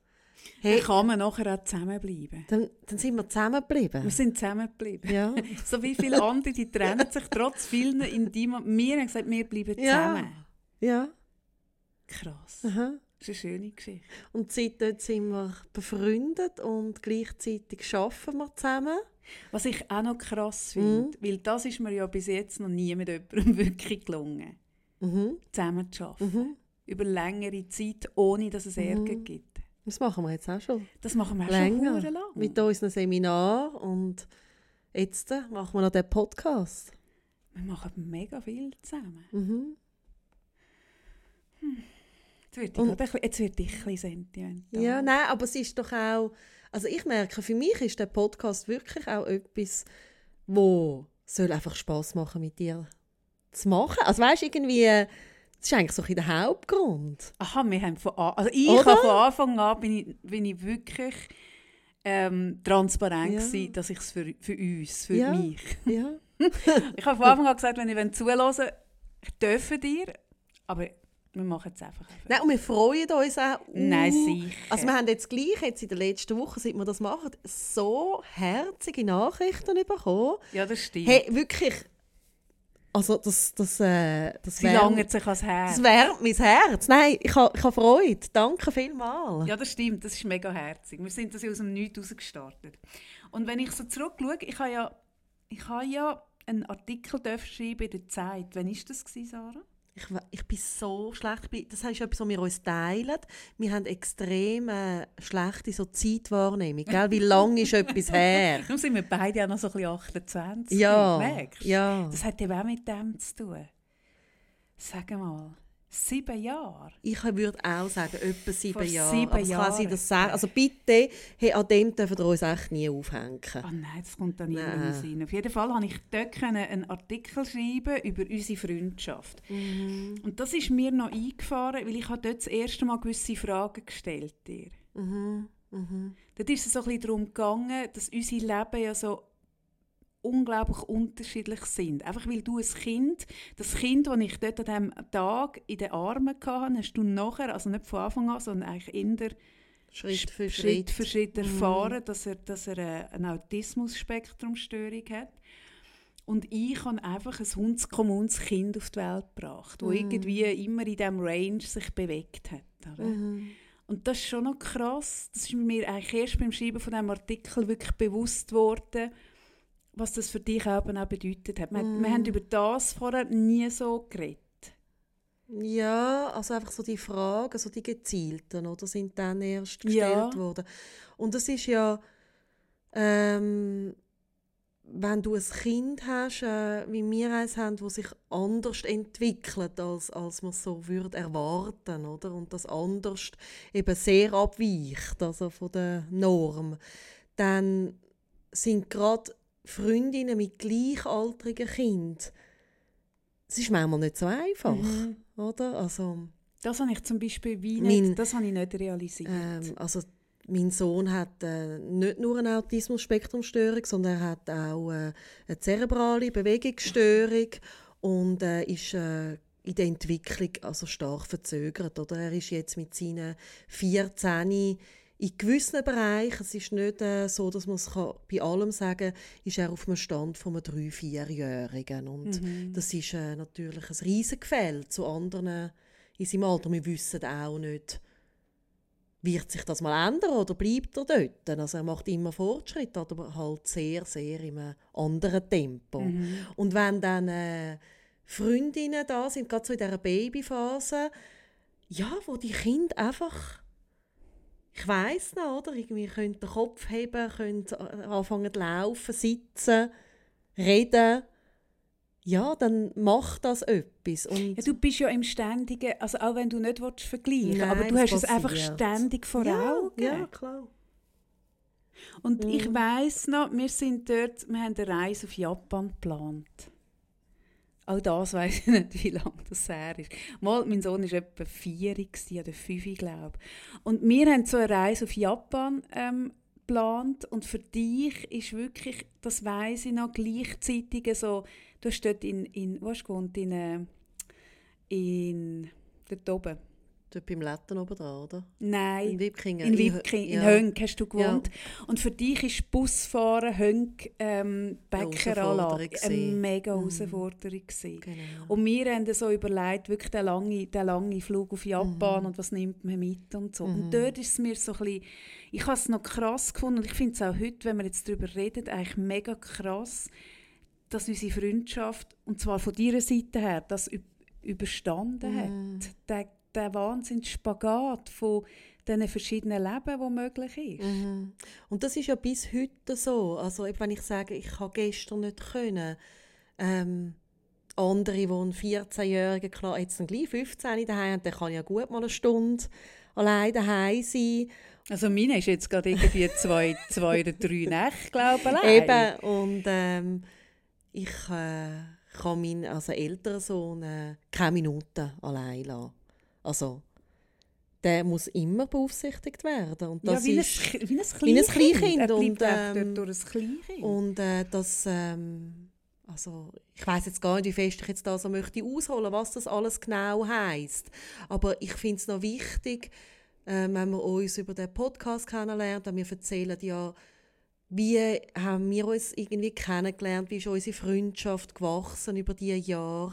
[SPEAKER 2] hey,
[SPEAKER 1] kann man nachher auch zusammenbleiben.
[SPEAKER 2] dann, dann sind wir
[SPEAKER 1] Wir
[SPEAKER 2] zusammengeblieben.
[SPEAKER 1] sind zusammengeblieben.
[SPEAKER 2] Ja.
[SPEAKER 1] So wie viele andere, die trennen sich trotz vielen Intimen. Wir haben gesagt, wir bleiben
[SPEAKER 2] Ja.
[SPEAKER 1] zusammen.
[SPEAKER 2] ja.
[SPEAKER 1] Krass. Das
[SPEAKER 2] Aha.
[SPEAKER 1] ist eine schöne Geschichte.
[SPEAKER 2] Und seitdem sind wir befreundet und gleichzeitig arbeiten wir zusammen.
[SPEAKER 1] Was ich auch noch krass finde,
[SPEAKER 2] Mhm.
[SPEAKER 1] weil das ist mir ja bis jetzt noch nie mit jemandem wirklich gelungen,
[SPEAKER 2] Mhm.
[SPEAKER 1] zusammen zu arbeiten.
[SPEAKER 2] Mhm.
[SPEAKER 1] Über längere Zeit, ohne dass es Ärger gibt.
[SPEAKER 2] Das machen wir jetzt auch schon.
[SPEAKER 1] Das machen wir auch
[SPEAKER 2] länger
[SPEAKER 1] schon lang.
[SPEAKER 2] mit unserem Seminar und jetzt äh, machen wir noch den Podcast.
[SPEAKER 1] Wir machen mega viel zusammen.
[SPEAKER 2] Mhm.
[SPEAKER 1] Jetzt wird ich,
[SPEAKER 2] Und-
[SPEAKER 1] gerade ein bisschen- jetzt wird ich ein bisschen sentimental.
[SPEAKER 2] Ja, nein, aber es ist doch auch, also ich merke, für mich ist der Podcast wirklich auch etwas, wo soll einfach Spaß machen mit dir zu machen. Also weißt irgendwie, das ist eigentlich so ein bisschen der Hauptgrund.
[SPEAKER 1] Aha, wir haben von an, also ich
[SPEAKER 2] Oder?
[SPEAKER 1] habe von Anfang an bin ich, bin ich wirklich ähm, transparent
[SPEAKER 2] Ja.
[SPEAKER 1] gewesen, dass ich es für, für uns, für
[SPEAKER 2] Ja.
[SPEAKER 1] mich.
[SPEAKER 2] Ja.
[SPEAKER 1] Ich habe von Anfang an gesagt, wenn ihr zuhören wollt, dürfen ihr, aber wir machen es einfach. einfach.
[SPEAKER 2] Nein, und wir freuen uns auch.
[SPEAKER 1] Nein,
[SPEAKER 2] uh,
[SPEAKER 1] sicher.
[SPEAKER 2] Also wir haben jetzt gleich jetzt in der letzten Woche, seit wir das machen, so herzige Nachrichten bekommen.
[SPEAKER 1] ja, das stimmt.
[SPEAKER 2] Hey, wirklich. Also das, das, äh, das,
[SPEAKER 1] Sie
[SPEAKER 2] wärmt,
[SPEAKER 1] langert sich ans Herz.
[SPEAKER 2] das wärmt mein Herz. Nein, ich habe ich ha Freude. Danke vielmals.
[SPEAKER 1] Ja, das stimmt, das ist mega herzig. Wir sind das ja aus dem Nichts raus gestartet. Und wenn ich so zurückschaue, ich habe ja, ich habe ja einen Artikel dürfen schreiben in der Zeit. Wann war das, gewesen, Sarah?
[SPEAKER 2] Ich, we- ich bin so schlecht. Ich bin- Das ist etwas, was wir uns teilen. Wir haben extrem äh, schlechte so Zeitwahrnehmung. Gell? Wie lange ist etwas her?
[SPEAKER 1] Darum sind wir beide auch noch so ein bisschen 28.
[SPEAKER 2] Ja,
[SPEAKER 1] merkst du?
[SPEAKER 2] ja.
[SPEAKER 1] Das hat eben auch mit dem zu tun. Sag mal, sieben Jahre?
[SPEAKER 2] Ich würde auch sagen, etwa sieben
[SPEAKER 1] Vor
[SPEAKER 2] Jahre.
[SPEAKER 1] sieben
[SPEAKER 2] Aber es kann sein,
[SPEAKER 1] Jahren.
[SPEAKER 2] dass sech- Also bitte, hey, an dem dürfen wir uns echt nie aufhängen.
[SPEAKER 1] Ah nein, das kommt dann
[SPEAKER 2] Nein.
[SPEAKER 1] irgendwann rein. Auf jeden Fall konnte ich dort können einen Artikel schreiben über unsere Freundschaft.
[SPEAKER 2] Mhm.
[SPEAKER 1] Und das ist mir noch eingefahren, weil ich habe dort das erste Mal gewisse Fragen gestellt dir.
[SPEAKER 2] Mhm.
[SPEAKER 1] Dort ist es so ein bisschen darum gegangen, dass unsere Leben ja so unglaublich unterschiedlich sind. Einfach weil du ein Kind, das Kind, das ich dort an diesem Tag in den Armen hatte, hast du nachher, also nicht von Anfang an, sondern eigentlich eher
[SPEAKER 2] Schritt Mhm. für
[SPEAKER 1] Schritt
[SPEAKER 2] Schritt.
[SPEAKER 1] für Schritt erfahren, dass er, dass er äh, eine Autismus-Spektrumstörung hat. Und ich habe einfach ein hundskommunes Kind auf die Welt gebracht, das
[SPEAKER 2] Mhm.
[SPEAKER 1] irgendwie immer in diesem Range sich bewegt hat. Oder?
[SPEAKER 2] Mhm.
[SPEAKER 1] Und das ist schon noch krass. Das ist mir eigentlich erst beim Schreiben von diesem Artikel wirklich bewusst geworden, was das für dich eben auch bedeutet hat. Wir,
[SPEAKER 2] Mm.
[SPEAKER 1] wir haben über das vorher nie so geredet.
[SPEAKER 2] Ja, also einfach so die Fragen, so die gezielten, oder sind dann erst gestellt
[SPEAKER 1] Ja.
[SPEAKER 2] worden. Und das ist ja, ähm, wenn du ein Kind hast, äh, wie wir eins haben, wo sich anders entwickelt, als, als man so würde erwarten, oder? Und das anders eben sehr abweicht, also von der Norm, dann sind gerade Freundinnen mit gleichaltrigen Kind. Es ist manchmal nicht so einfach,
[SPEAKER 1] Mhm.
[SPEAKER 2] oder? Also,
[SPEAKER 1] Das habe ich zum Beispiel wie nicht,
[SPEAKER 2] Mein-
[SPEAKER 1] das habe ich nicht realisiert.
[SPEAKER 2] ähm, also mein Sohn hat äh, nicht nur eine Autismus-Spektrumstörung, sondern er hat auch äh, eine zerebrale Bewegungsstörung und äh, ist äh, in der Entwicklung also stark verzögert. Oder? Er ist jetzt mit seinen 14 in gewissen Bereichen, es ist nicht äh, so, dass man es kann bei allem sagen kann, ist er auf dem Stand von einem 3-4-Jährigen.
[SPEAKER 1] Mhm.
[SPEAKER 2] Und das ist äh, natürlich ein Riesengefälle zu anderen in seinem Alter. Wir wissen auch nicht, wird sich das mal ändern oder bleibt er dort? Also er macht immer Fortschritt, aber halt sehr, sehr in einem anderen Tempo. Und wenn dann äh, Freundinnen da sind, gerade so in dieser Babyphase, ja, wo die Kinder einfach, ich weiß noch, oder? Irgendwie können den Kopf heben, können äh, anfangen zu laufen, sitzen, reden. Ja, dann macht das etwas. Und
[SPEAKER 1] Ja, du bist ja im ständigen, also auch wenn du nicht willst, vergleichen
[SPEAKER 2] Nein,
[SPEAKER 1] aber du
[SPEAKER 2] das
[SPEAKER 1] hast es einfach
[SPEAKER 2] passiert.
[SPEAKER 1] ständig vor Augen.
[SPEAKER 2] ja, klar.
[SPEAKER 1] Und ich weiss noch, wir sind dort, wir haben eine Reise auf Japan geplant. Auch das weiss ich nicht, wie lange das her ist. Mal, mein Sohn war etwa vier gewesen oder fünf, glaube ich. Und wir haben so eine Reise auf Japan ähm, geplant. Und für dich ist wirklich, das weiss ich noch, gleichzeitig so, du hast dort in, in wo hast du gewohnt? In, äh, in, dort oben.
[SPEAKER 2] Dort beim Letten oben dran, oder?
[SPEAKER 1] Nein.
[SPEAKER 2] In Wipkingen.
[SPEAKER 1] In Wipking, in
[SPEAKER 2] ja.
[SPEAKER 1] Hönk hast du gewohnt. Und für dich ist Busfahren, Hönk, ähm,
[SPEAKER 2] Eine
[SPEAKER 1] Bäckeranlage
[SPEAKER 2] Herausforderung
[SPEAKER 1] eine
[SPEAKER 2] gewesen. Mhm.
[SPEAKER 1] mega Herausforderung. gewesen.
[SPEAKER 2] Genau.
[SPEAKER 1] Und wir haben dann so überlegt, wirklich den langen, den langen Flug auf Japan und was nimmt man mit und so. Und dort ist es mir so ein bisschen, ich habe es noch krass gefunden und ich finde es auch heute, wenn wir jetzt darüber reden, eigentlich mega krass, dass unsere Freundschaft, und zwar von deiner Seite her, das üb- überstanden hat. Der, der Wahnsinnsspagat von diesen verschiedenen Leben, die möglich ist.
[SPEAKER 2] Mhm. Und das ist ja bis heute so. Also eben, wenn ich sage, ich kann gestern nicht können, ähm, andere, die einen 14-Jährigen, klar, jetzt dann gleich 15 daheim haben, der kann ja gut mal eine Stunde allein daheim sein.
[SPEAKER 1] Also meine ist jetzt gerade irgendwie zwei, zwei oder drei Nächte, glaube ich. allein.
[SPEAKER 2] Eben, und ähm, ich äh, kann meinen also älteren Sohn äh, keine Minute allein lassen. Also, der muss immer beaufsichtigt werden. Und das
[SPEAKER 1] ja, wie,
[SPEAKER 2] ist,
[SPEAKER 1] ein, Sch- wie ein
[SPEAKER 2] wie ein
[SPEAKER 1] Kleinkind.
[SPEAKER 2] Kleinkind.
[SPEAKER 1] Er bleibt
[SPEAKER 2] Und,
[SPEAKER 1] einfach
[SPEAKER 2] ähm,
[SPEAKER 1] dort durch ein Kleinkind.
[SPEAKER 2] Und äh, das, ähm, also ich weiß jetzt gar nicht, wie fest ich jetzt da so möchte ausholen, was das alles genau heißt. Aber ich finde es noch ähm, wichtig, äh, wenn wir uns über den Podcast kennenlernen, dann wir erzählen ja Wie haben wir uns irgendwie kennengelernt? Wie ist unsere Freundschaft gewachsen über die Jahre?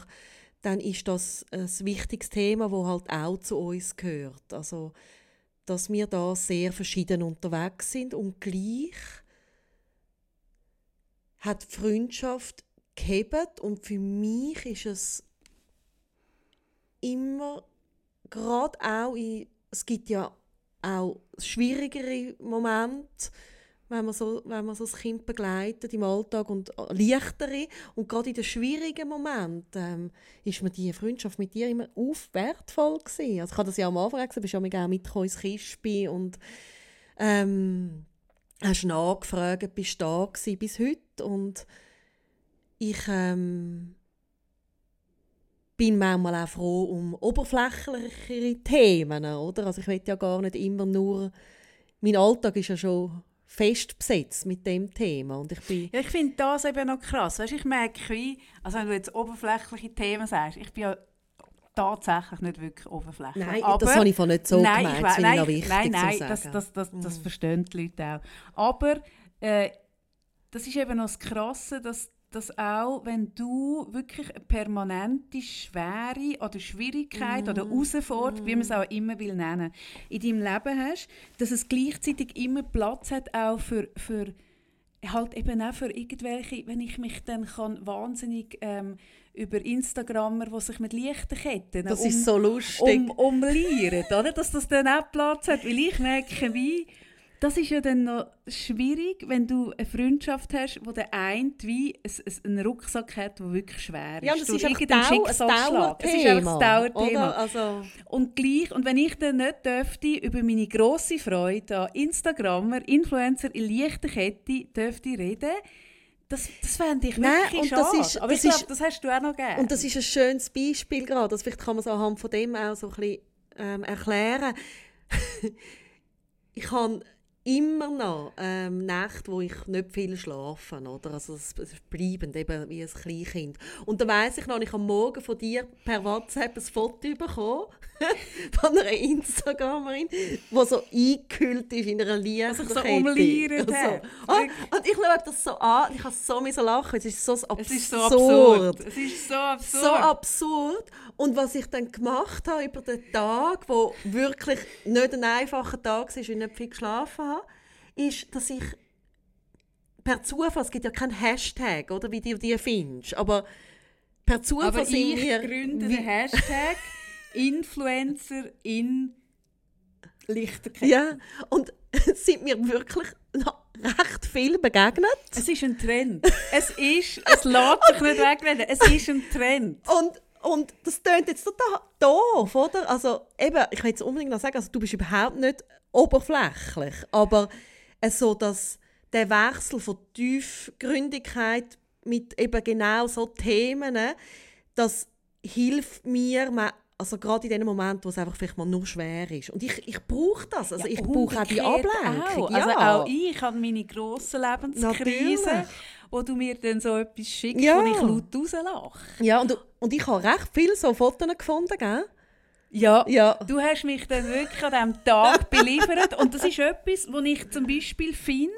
[SPEAKER 2] Dann ist das ein wichtiges Thema, wo halt auch zu uns gehört. Also, dass wir da sehr verschieden unterwegs sind und gleich hat die Freundschaft gehebt und für mich ist es immer gerade auch in, es gibt ja auch schwierigere Momente, wenn man so wenn man so das Kind begleitet im Alltag und äh, leichtere und gerade in den schwierigen Momenten ähm, ist mir die Freundschaft mit dir immer aufwertvoll gewesen. Also ich habe das ja am Anfang gesagt, bist ja auch mitgekommen ins Kispi und ähm, hast nachgefragt, bist du da gewesen bis heute und ich ähm, bin manchmal auch froh um oberflächlichere Themen, oder? Also ich will ja gar nicht immer nur, mein Alltag ist ja schon fest besetzt mit dem Thema und ich bin
[SPEAKER 1] Ja, ich finde das eben noch krass. Weißt, ich merke, wie, also wenn du jetzt oberflächliche Themen sagst, ich bin ja tatsächlich nicht wirklich oberflächlich.
[SPEAKER 2] Nein,
[SPEAKER 1] Aber,
[SPEAKER 2] das habe ich von nicht so
[SPEAKER 1] nein,
[SPEAKER 2] gemeint,
[SPEAKER 1] ich weiß,
[SPEAKER 2] das finde ich
[SPEAKER 1] nein,
[SPEAKER 2] noch
[SPEAKER 1] ich-
[SPEAKER 2] wichtig
[SPEAKER 1] nein, nein,
[SPEAKER 2] zu sagen. Mm.
[SPEAKER 1] das, das, das, das verstehen die Leute auch. Aber äh, das ist eben noch das Krasse, dass, dass auch wenn du wirklich eine permanente Schwere oder Schwierigkeit oder
[SPEAKER 2] Mm.
[SPEAKER 1] Herausforderung, wie man es auch immer will nennen, in deinem Leben hast, dass es gleichzeitig immer Platz hat auch für, für halt eben auch für irgendwelche, wenn ich mich dann kann, wahnsinnig ähm, über Instagrammer, die sich mit leichten Ketten
[SPEAKER 2] das
[SPEAKER 1] um-
[SPEAKER 2] ist so lustig.
[SPEAKER 1] um, umlieren, oder? Dass das dann auch Platz hat. Weil ich merke, wie, das ist ja dann noch schwierig, wenn du eine Freundschaft hast, wo der eine wie es- es einen Rucksack hat, der wirklich schwer ist.
[SPEAKER 2] ja, und das
[SPEAKER 1] Durch
[SPEAKER 2] ist einfach
[SPEAKER 1] irgendeinen
[SPEAKER 2] Dau- ein
[SPEAKER 1] Schicksalsschlag. Es ist einfach
[SPEAKER 2] Dauerthema,
[SPEAKER 1] das Dauerthema.
[SPEAKER 2] oder? Also,
[SPEAKER 1] Und gleich, und wenn ich dann nicht dürfte, über meine grosse Freude an Instagrammer, Influencer in leichter Kette dürfte reden, das, das fände ich
[SPEAKER 2] Nein,
[SPEAKER 1] wirklich
[SPEAKER 2] und
[SPEAKER 1] schade.
[SPEAKER 2] das ist-
[SPEAKER 1] Aber ich
[SPEAKER 2] das
[SPEAKER 1] glaube,
[SPEAKER 2] ist-
[SPEAKER 1] das hast du auch noch gern.
[SPEAKER 2] Und das ist ein schönes Beispiel gerade. Also vielleicht kann man es anhand von dem auch so ein bisschen ähm, erklären. ich habe immer noch ähm, Nächte, wo ich nicht viel schlafe, oder? Also es, es ist bleibend, eben wie ein Kleinkind. Und da weiss ich noch, ich am Morgen von dir per WhatsApp ein Foto bekommen von einer Instagramerin, die so eingehüllt ist in einer Lichterkette.
[SPEAKER 1] sich Also so umliert
[SPEAKER 2] Und
[SPEAKER 1] hat.
[SPEAKER 2] so. Ah, und ich schaue das so an, ich habe so müssen lachen, es ist so absurd.
[SPEAKER 1] es ist so absurd. Es ist so absurd.
[SPEAKER 2] So absurd. Und was ich dann gemacht habe über den Tag, wo wirklich nicht ein einfacher Tag war, weil ich nicht viel geschlafen habe, ist, dass ich per Zufall, es gibt ja keinen Hashtag, oder, wie du die findest, aber per Zufall
[SPEAKER 1] Aber
[SPEAKER 2] sind
[SPEAKER 1] ich
[SPEAKER 2] wir...
[SPEAKER 1] gründe
[SPEAKER 2] wie-
[SPEAKER 1] den Hashtag Influencer in Lichterkette.
[SPEAKER 2] Ja, und sind mir wirklich noch recht viel begegnet.
[SPEAKER 1] Es ist ein Trend. Es ist, es lässt sich nicht wegrennen. Es ist ein Trend.
[SPEAKER 2] Und, und das tönt jetzt total doof, oder? Also eben, ich will jetzt unbedingt noch sagen, also du bist überhaupt nicht oberflächlich, aber äh, so, dass der Wechsel von Tiefgründigkeit mit eben genau so Themen, äh, das hilft mir, ma- also gerade in dem Moment, wo es einfach vielleicht mal nur schwer ist. Und ich, ich brauche das, also ich brauche auch die
[SPEAKER 1] Umgekehrt
[SPEAKER 2] Ablenkung.
[SPEAKER 1] Auch.
[SPEAKER 2] Ja.
[SPEAKER 1] Also auch ich habe meine grossen Lebenskrisen,
[SPEAKER 2] Natürlich.
[SPEAKER 1] wo du mir dann so etwas schickst,
[SPEAKER 2] Ja.
[SPEAKER 1] wo ich laut rauslache.
[SPEAKER 2] ja, und, und ich habe recht viele so Fotos gefunden, gell?
[SPEAKER 1] Ja,
[SPEAKER 2] Ja.
[SPEAKER 1] Du hast mich dann wirklich an diesem Tag beliefert. Und das ist etwas, wo ich zum Beispiel finde,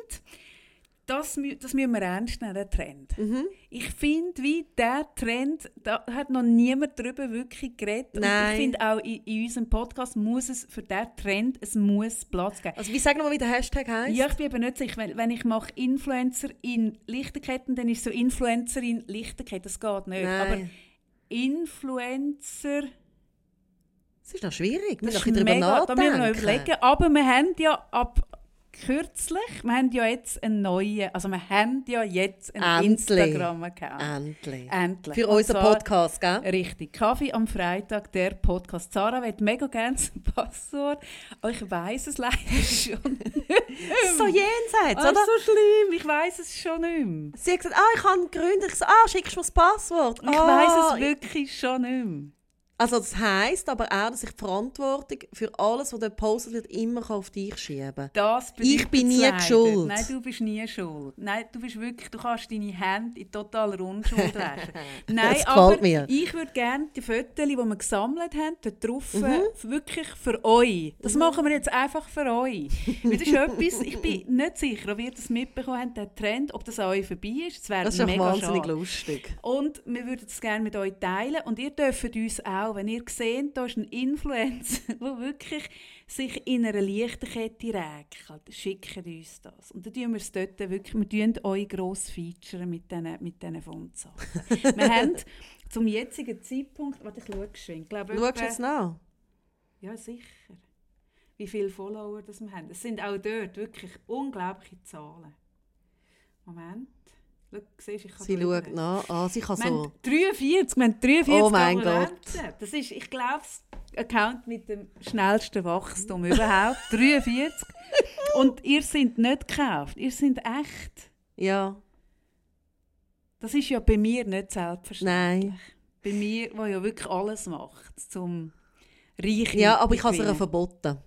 [SPEAKER 1] das, mü- das müssen wir ernst nehmen, den Trend.
[SPEAKER 2] Mhm.
[SPEAKER 1] Ich finde, wie der Trend, da hat noch niemand darüber wirklich geredet. Und
[SPEAKER 2] Nein.
[SPEAKER 1] ich finde auch in, in unserem Podcast muss es für diesen Trend, es muss Platz geben.
[SPEAKER 2] Also wie sagen wir mal, wie der Hashtag heisst?
[SPEAKER 1] Ja, ich bin eben nicht sicher, weil wenn ich mache Influencer in Lichterketten, dann ist so Influencerin Lichterkette, das geht nicht.
[SPEAKER 2] Nein.
[SPEAKER 1] Aber Influencer...
[SPEAKER 2] Das ist noch schwierig. Wir
[SPEAKER 1] Das ist
[SPEAKER 2] müssen darüber
[SPEAKER 1] mega, da
[SPEAKER 2] nachdenken.
[SPEAKER 1] müssen wir noch überlegen. Aber wir haben ja ab kürzlich, wir haben ja jetzt einen neuen, also wir haben ja jetzt einen
[SPEAKER 2] Endlich.
[SPEAKER 1] Instagram-Account.
[SPEAKER 2] Endlich.
[SPEAKER 1] Endlich. Also, ähm,
[SPEAKER 2] Für
[SPEAKER 1] Und
[SPEAKER 2] unseren
[SPEAKER 1] zwar-
[SPEAKER 2] Podcast, gell?
[SPEAKER 1] Richtig. Kaffee am Freitag, der Podcast. Sarah wird mega gerne das Passwort. Oh, ich weiß es leider schon.
[SPEAKER 2] Das ist so jenseits,
[SPEAKER 1] Oh, ist
[SPEAKER 2] oder?
[SPEAKER 1] so schlimm, ich weiß es schon nicht mehr.
[SPEAKER 2] Sie hat gesagt, ah, ich habe gegründet. Ich so, ah, schickst du mir das Passwort?
[SPEAKER 1] Ich
[SPEAKER 2] ah,
[SPEAKER 1] weiß es wirklich schon nicht mehr.
[SPEAKER 2] Also das heisst aber auch, dass ich die Verantwortung für alles, was dort gepostet wird, immer auf dich schieben kann.
[SPEAKER 1] Das
[SPEAKER 2] Ich bin
[SPEAKER 1] bedeutet's
[SPEAKER 2] nie
[SPEAKER 1] leider.
[SPEAKER 2] schuld.
[SPEAKER 1] Nein, du bist nie schuld. Nein, du bist wirklich, du kannst deine Hände in totaler Unschuld waschen. Nein,
[SPEAKER 2] Das
[SPEAKER 1] aber
[SPEAKER 2] gefällt mir.
[SPEAKER 1] ich würde gerne die Fotos, die wir gesammelt haben, dort drauf,
[SPEAKER 2] Mhm.
[SPEAKER 1] äh, wirklich für euch. Das machen wir jetzt einfach für euch. Weil das ist etwas, ich bin nicht sicher, ob ihr das mitbekommen habt, der Trend, ob das an euch vorbei ist. Das wäre
[SPEAKER 2] Das ist doch
[SPEAKER 1] mega
[SPEAKER 2] wahnsinnig
[SPEAKER 1] schade.
[SPEAKER 2] lustig.
[SPEAKER 1] Und wir würden es gerne mit euch teilen. Und ihr dürft uns auch, wenn ihr seht, da ist ein Influencer, der wirklich sich in einer Lichterkette räkelt, schickt uns das. Und dann tun wir es dort wirklich, wir tun euch gross featuren mit diesen mit diesen Fundsachen. wir haben zum jetzigen Zeitpunkt, warte, ich schaue geschwind, glaube
[SPEAKER 2] Schau
[SPEAKER 1] etwa-
[SPEAKER 2] es nach.
[SPEAKER 1] ja, sicher. Wie viele Follower das wir haben. Es sind auch dort wirklich unglaubliche Zahlen. Moment. Schau, siehst, ich kann
[SPEAKER 2] Sie
[SPEAKER 1] drüber.
[SPEAKER 2] schaut nach. Ah, sie kann
[SPEAKER 1] Wir haben
[SPEAKER 2] so.
[SPEAKER 1] 43, wir haben 43
[SPEAKER 2] Oh mein
[SPEAKER 1] Abonnenten. Das ist, ich glaube, das Account mit dem schnellsten Wachstum überhaupt. 43. Und ihr seid nicht gekauft, ihr seid echt.
[SPEAKER 2] Ja.
[SPEAKER 1] Das ist ja bei mir nicht selbstverständlich.
[SPEAKER 2] Nein.
[SPEAKER 1] Bei mir, wo ja wirklich alles macht, zum Reichen.
[SPEAKER 2] Ja, aber ich habe es ihr
[SPEAKER 1] gewinnen.
[SPEAKER 2] verboten.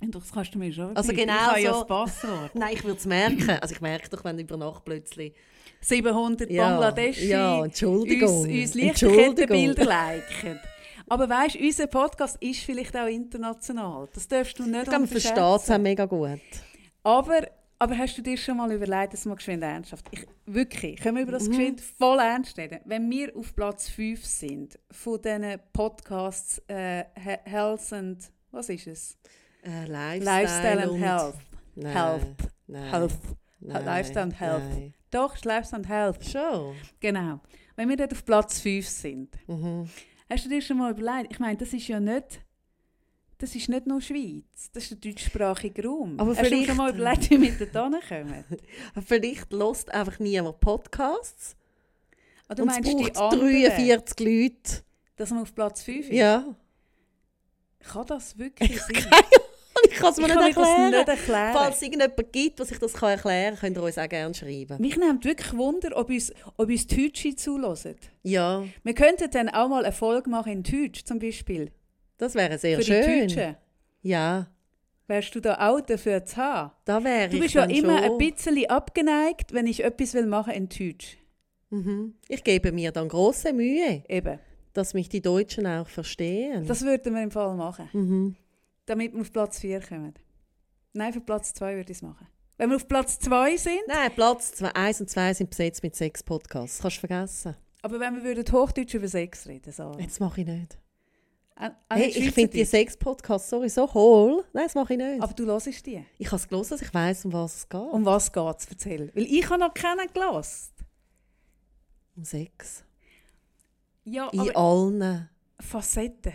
[SPEAKER 1] Und Das kannst du mir schon
[SPEAKER 2] Also
[SPEAKER 1] bieten.
[SPEAKER 2] genau
[SPEAKER 1] Ich habe ja
[SPEAKER 2] so.
[SPEAKER 1] das Passwort.
[SPEAKER 2] Nein, ich würde es merken. Also ich merke doch, wenn über Nacht plötzlich...
[SPEAKER 1] 700
[SPEAKER 2] Ja,
[SPEAKER 1] Bangladeschi
[SPEAKER 2] ja, Entschuldigung.
[SPEAKER 1] uns, uns
[SPEAKER 2] Entschuldigung.
[SPEAKER 1] Lichterkettenbilder liken. Aber weißt du, unser Podcast ist vielleicht auch international. Das darfst du nicht
[SPEAKER 2] Ich glaube, man versteht es auch mega gut.
[SPEAKER 1] Aber, aber hast du dir schon mal überlegt, dass wir geschwind ernsthaft... Ich, wirklich, können wir über
[SPEAKER 2] Mhm.
[SPEAKER 1] das geschwind voll ernst reden? Wenn wir auf Platz 5 sind von diesen Podcasts äh, He- Health and... Was ist es?
[SPEAKER 2] Äh, Lifestyle,
[SPEAKER 1] Lifestyle
[SPEAKER 2] und-
[SPEAKER 1] and Health.
[SPEAKER 2] Nein,
[SPEAKER 1] Health.
[SPEAKER 2] Nein,
[SPEAKER 1] Health.
[SPEAKER 2] nein,
[SPEAKER 1] Lifestyle and Health.
[SPEAKER 2] nein.
[SPEAKER 1] Doch, es ist Lifestyle and Health.
[SPEAKER 2] Schon.
[SPEAKER 1] Genau. Wenn wir dort auf Platz 5 sind,
[SPEAKER 2] Mhm.
[SPEAKER 1] hast du dir schon mal überlegt, ich meine, das ist ja nicht, das ist nicht nur Schweiz, das ist der deutschsprachige Raum.
[SPEAKER 2] Aber
[SPEAKER 1] hast du dir
[SPEAKER 2] vielleicht-
[SPEAKER 1] schon mal überlegt, wie wir da kommen?
[SPEAKER 2] Aber Vielleicht hört einfach niemand Podcasts.
[SPEAKER 1] Ah, Du
[SPEAKER 2] und
[SPEAKER 1] meinst
[SPEAKER 2] es
[SPEAKER 1] die
[SPEAKER 2] braucht
[SPEAKER 1] anderen,
[SPEAKER 2] 43 Leute.
[SPEAKER 1] dass man auf Platz 5 ist?
[SPEAKER 2] Ja.
[SPEAKER 1] Kann das wirklich sein?
[SPEAKER 2] Ich kann es mir
[SPEAKER 1] ich kann mir
[SPEAKER 2] nicht
[SPEAKER 1] das
[SPEAKER 2] erklären.
[SPEAKER 1] nicht erklären.
[SPEAKER 2] Falls es irgendjemand gibt, der sich das kann erklären kann, könnt ihr uns auch gerne schreiben.
[SPEAKER 1] Mich nimmt wirklich Wunder, ob uns, ob uns die Deutsche zulassen.
[SPEAKER 2] Ja,
[SPEAKER 1] Wir könnten dann auch mal Erfolg machen in Deutsch zum Beispiel.
[SPEAKER 2] das wäre sehr
[SPEAKER 1] Für die
[SPEAKER 2] schön.
[SPEAKER 1] Deutschen.
[SPEAKER 2] ja,
[SPEAKER 1] Wärst du da auch dafür zu haben?
[SPEAKER 2] da wäre
[SPEAKER 1] Du
[SPEAKER 2] ich
[SPEAKER 1] bist ja
[SPEAKER 2] dann
[SPEAKER 1] immer
[SPEAKER 2] schon.
[SPEAKER 1] ein bisschen abgeneigt, wenn ich etwas will machen in Deutsch.
[SPEAKER 2] Mhm. Ich gebe mir dann große Mühe,
[SPEAKER 1] Eben.
[SPEAKER 2] dass mich die Deutschen auch verstehen.
[SPEAKER 1] Das würden wir im Fall machen,
[SPEAKER 2] mhm.
[SPEAKER 1] damit wir auf Platz 4 kommen. Nein, für Platz 2 würde ich es machen. Wenn wir auf Platz 2 sind,
[SPEAKER 2] Nein, Platz 1 und 2 sind besetzt mit sechs Podcasts. Das kannst du vergessen.
[SPEAKER 1] aber wenn wir würden Hochdeutsch über Sex reden, so.
[SPEAKER 2] Jetzt mache ich nicht. Also,
[SPEAKER 1] Äh, äh,
[SPEAKER 2] Hey, ich
[SPEAKER 1] Schweizerdeutsch.
[SPEAKER 2] finde die sechs Podcasts sorry, so hohl. Nein, das mache ich nicht.
[SPEAKER 1] Aber du hörst die.
[SPEAKER 2] ich habe es gelesen, dass ich weiß, um was es geht.
[SPEAKER 1] Um was geht es? Erzähl. Weil ich habe noch keinen gelassen.
[SPEAKER 2] um sechs.
[SPEAKER 1] Ja, aber
[SPEAKER 2] In allen
[SPEAKER 1] Facetten.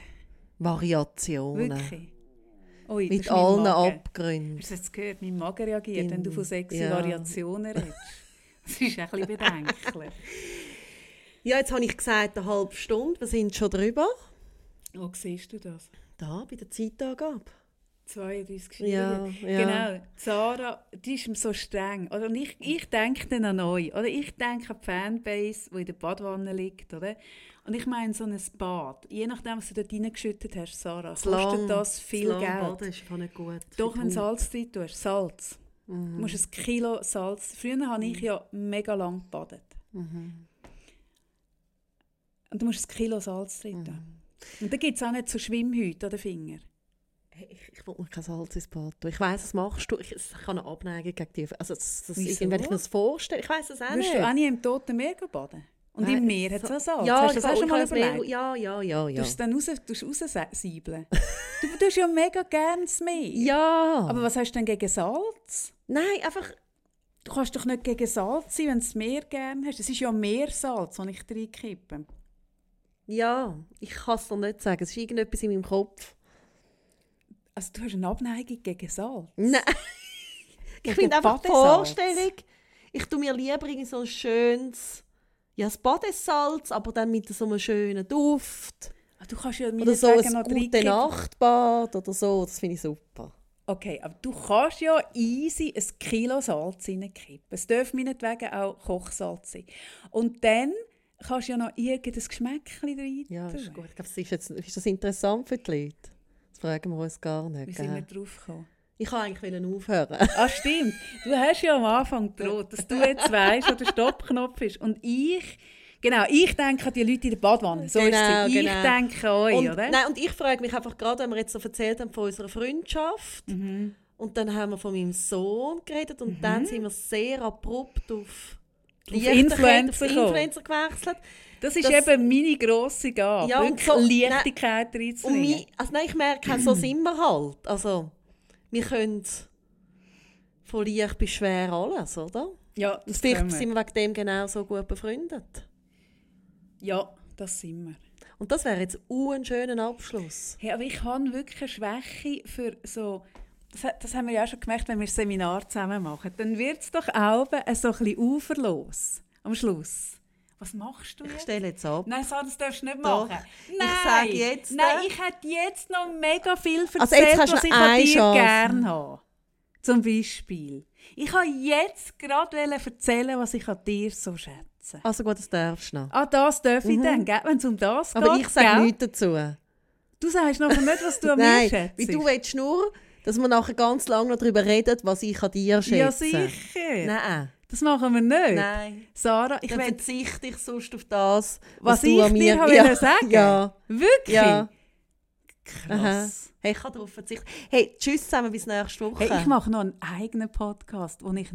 [SPEAKER 2] Variationen.
[SPEAKER 1] Wirklich. Ui, das
[SPEAKER 2] Mit
[SPEAKER 1] ist mein
[SPEAKER 2] allen
[SPEAKER 1] Magen.
[SPEAKER 2] Abgründen.
[SPEAKER 1] Hast du jetzt gehört? Mein Magen reagiert, wenn du von sechs
[SPEAKER 2] Ja.
[SPEAKER 1] Variationen redest. Das ist ein bisschen bedenklich.
[SPEAKER 2] Ja, jetzt habe ich gesagt, eine halbe Stunde. Wir sind schon drüber.
[SPEAKER 1] Wo siehst du das?
[SPEAKER 2] Da, bei der Zeitangabe.
[SPEAKER 1] 32
[SPEAKER 2] Ja,
[SPEAKER 1] Schüler.
[SPEAKER 2] ja.
[SPEAKER 1] Genau. Sarah, die ist ihm so streng. Oder? Und ich, ich denke dann an euch. Oder ich denke an die Fanbase, die in der Badwanne liegt. Oder? Und ich meine, so ein Bad, je nachdem, was du dort reingeschüttet hast, Sarah, kostet das viel Geld.
[SPEAKER 2] Baden ist nicht gut. Mhm.
[SPEAKER 1] Doch, wenn Salz drin tust, Salz. Du musst ein Kilo Salz. Früher habe ich ja mega lang gebadet.
[SPEAKER 2] Mhm.
[SPEAKER 1] Und du musst ein Kilo Salz drin tun.
[SPEAKER 2] Mhm.
[SPEAKER 1] Und dann gibt es auch nicht so Schwimmhäute an den Fingern.
[SPEAKER 2] Ich, ich will mir kein Salz ins Bad tun. Ich weiss, das machst du. Ich, ich kann eine Abneigung gegen dich. Also, das, das,
[SPEAKER 1] Wieso?
[SPEAKER 2] irgendwie, wenn ich mir das vorstelle, ich weiss es auch
[SPEAKER 1] Würdest
[SPEAKER 2] Ah, nicht.
[SPEAKER 1] du auch nie im Toten Meer gehen baden? Und
[SPEAKER 2] Nein,
[SPEAKER 1] im Meer hat es auch Salz.
[SPEAKER 2] Ja,
[SPEAKER 1] Hast du das
[SPEAKER 2] ich
[SPEAKER 1] auch schon mal
[SPEAKER 2] weiß mehr-
[SPEAKER 1] überlegt?
[SPEAKER 2] Ja, ja, ja,
[SPEAKER 1] Du
[SPEAKER 2] ja.
[SPEAKER 1] hast dann raus, du rausseibeln. du tust ja mega gerne das Meer.
[SPEAKER 2] Ja.
[SPEAKER 1] Aber was hast du denn gegen Salz?
[SPEAKER 2] Nein, einfach.
[SPEAKER 1] Du kannst doch nicht gegen Salz sein, wenn du das Meer gerne hast. Es ist ja Meersalz, das ich reinkippe.
[SPEAKER 2] Ja, ich kann es dir nicht sagen. Es ist irgendetwas in meinem Kopf.
[SPEAKER 1] Also du hast eine Abneigung gegen Salz.
[SPEAKER 2] Nein. ich
[SPEAKER 1] Gegen
[SPEAKER 2] finde einfach die
[SPEAKER 1] Badesalz.
[SPEAKER 2] Vorstellung. Ich tue mir lieber irgendwie so ein schönes. Ja, das Badesalz, aber dann mit so einem schönen Duft.
[SPEAKER 1] Ah, Du kannst ja mir
[SPEAKER 2] Oder
[SPEAKER 1] nicht
[SPEAKER 2] so
[SPEAKER 1] sagen,
[SPEAKER 2] ein
[SPEAKER 1] noch
[SPEAKER 2] gute
[SPEAKER 1] reinkippen.
[SPEAKER 2] Nachtbad oder so. Das finde ich super.
[SPEAKER 1] Okay, aber du kannst ja easy ein Kilo Salz reinkippen. Es darf meinetwegen auch Kochsalz sein. Und dann kannst ja noch irgendein Geschmäckchen rein
[SPEAKER 2] Ja, ist
[SPEAKER 1] tun.
[SPEAKER 2] gut. Ich glaube, es ist, jetzt, ist das interessant für die Leute? Das fragen wir uns gar
[SPEAKER 1] Wie
[SPEAKER 2] nicht.
[SPEAKER 1] sind wir
[SPEAKER 2] Gell?
[SPEAKER 1] drauf gekommen?
[SPEAKER 2] Ich kann eigentlich wollen aufhören.
[SPEAKER 1] Ah, stimmt. Du hast ja am Anfang gedroht, dass du jetzt weißt, wo der Stoppknopf ist. Und ich, genau, ich denke an die Leute in der Badwanne. So
[SPEAKER 2] Genau,
[SPEAKER 1] ist es. Ich
[SPEAKER 2] genau.
[SPEAKER 1] denke an euch,
[SPEAKER 2] und,
[SPEAKER 1] oder?
[SPEAKER 2] Nein, und ich frage mich einfach gerade, wenn wir jetzt so erzählt haben von unserer Freundschaft.
[SPEAKER 1] Mhm.
[SPEAKER 2] Und dann haben wir von meinem Sohn geredet und dann sind wir sehr abrupt auf
[SPEAKER 1] Auf
[SPEAKER 2] Leichtigkeit,
[SPEAKER 1] Influencer
[SPEAKER 2] auf
[SPEAKER 1] gekommen.
[SPEAKER 2] Influencer gewechselt.
[SPEAKER 1] Das ist
[SPEAKER 2] das-
[SPEAKER 1] eben meine grosse Gabe,
[SPEAKER 2] Ja,
[SPEAKER 1] wirklich
[SPEAKER 2] und so-
[SPEAKER 1] Leichtigkeit
[SPEAKER 2] Und
[SPEAKER 1] reinzubringen.
[SPEAKER 2] mi, also nein, ich merke, so sind wir halt. Also, wir können von leicht bis schwer alles, oder?
[SPEAKER 1] Ja,
[SPEAKER 2] Und
[SPEAKER 1] das
[SPEAKER 2] vielleicht
[SPEAKER 1] können wir.
[SPEAKER 2] sind wir wegen dem genau so gut befreundet.
[SPEAKER 1] Ja, das sind wir.
[SPEAKER 2] Und das wäre jetzt uh, ein schöner Abschluss.
[SPEAKER 1] Hey, aber ich habe wirklich eine Schwäche für so. Das, ha- das haben wir ja auch schon gemerkt, wenn wir ein Seminar zusammen machen. Dann wird es doch auch äh, so ein bisschen uferlos am Schluss. Was machst du
[SPEAKER 2] Ich
[SPEAKER 1] jetzt?
[SPEAKER 2] stelle jetzt ab.
[SPEAKER 1] Nein, so, das darfst du nicht
[SPEAKER 2] Doch.
[SPEAKER 1] machen.
[SPEAKER 2] Ich
[SPEAKER 1] Nein,
[SPEAKER 2] sage jetzt,
[SPEAKER 1] Nein,
[SPEAKER 2] äh,
[SPEAKER 1] ich hätte jetzt noch mega viel erzählt,
[SPEAKER 2] Also jetzt hast du
[SPEAKER 1] was
[SPEAKER 2] noch
[SPEAKER 1] ich an
[SPEAKER 2] eine
[SPEAKER 1] dir
[SPEAKER 2] Chance.
[SPEAKER 1] gerne habe. Zum Beispiel. Ich wollte jetzt gerade erzählen, was ich an dir so schätze.
[SPEAKER 2] Also gut, das darfst du noch.
[SPEAKER 1] An das darf ich dann, wenn es um das
[SPEAKER 2] Mhm. Aber
[SPEAKER 1] geht.
[SPEAKER 2] ich sage
[SPEAKER 1] gell?
[SPEAKER 2] nichts dazu.
[SPEAKER 1] Du sagst noch nicht, was du an mir
[SPEAKER 2] Nein,
[SPEAKER 1] schätzt.
[SPEAKER 2] weil du willst nur, dass wir nachher ganz lange noch darüber reden, was ich an dir schätze.
[SPEAKER 1] Ja, sicher.
[SPEAKER 2] Nein.
[SPEAKER 1] Das machen wir nicht.
[SPEAKER 2] Nein.
[SPEAKER 1] Sarah, ich
[SPEAKER 2] Dann
[SPEAKER 1] will,
[SPEAKER 2] verzichte ich sonst auf das, was,
[SPEAKER 1] was,
[SPEAKER 2] du
[SPEAKER 1] ich
[SPEAKER 2] an mir...
[SPEAKER 1] dir habe
[SPEAKER 2] ja,
[SPEAKER 1] wollen sagen
[SPEAKER 2] Ja.
[SPEAKER 1] Wirklich?
[SPEAKER 2] Ja. Aha.
[SPEAKER 1] Krass.
[SPEAKER 2] Hey, ich kann darauf verzichten. Hey, tschüss zusammen, bis nächste Woche.
[SPEAKER 1] Hey, ich mache noch einen eigenen Podcast, wo ich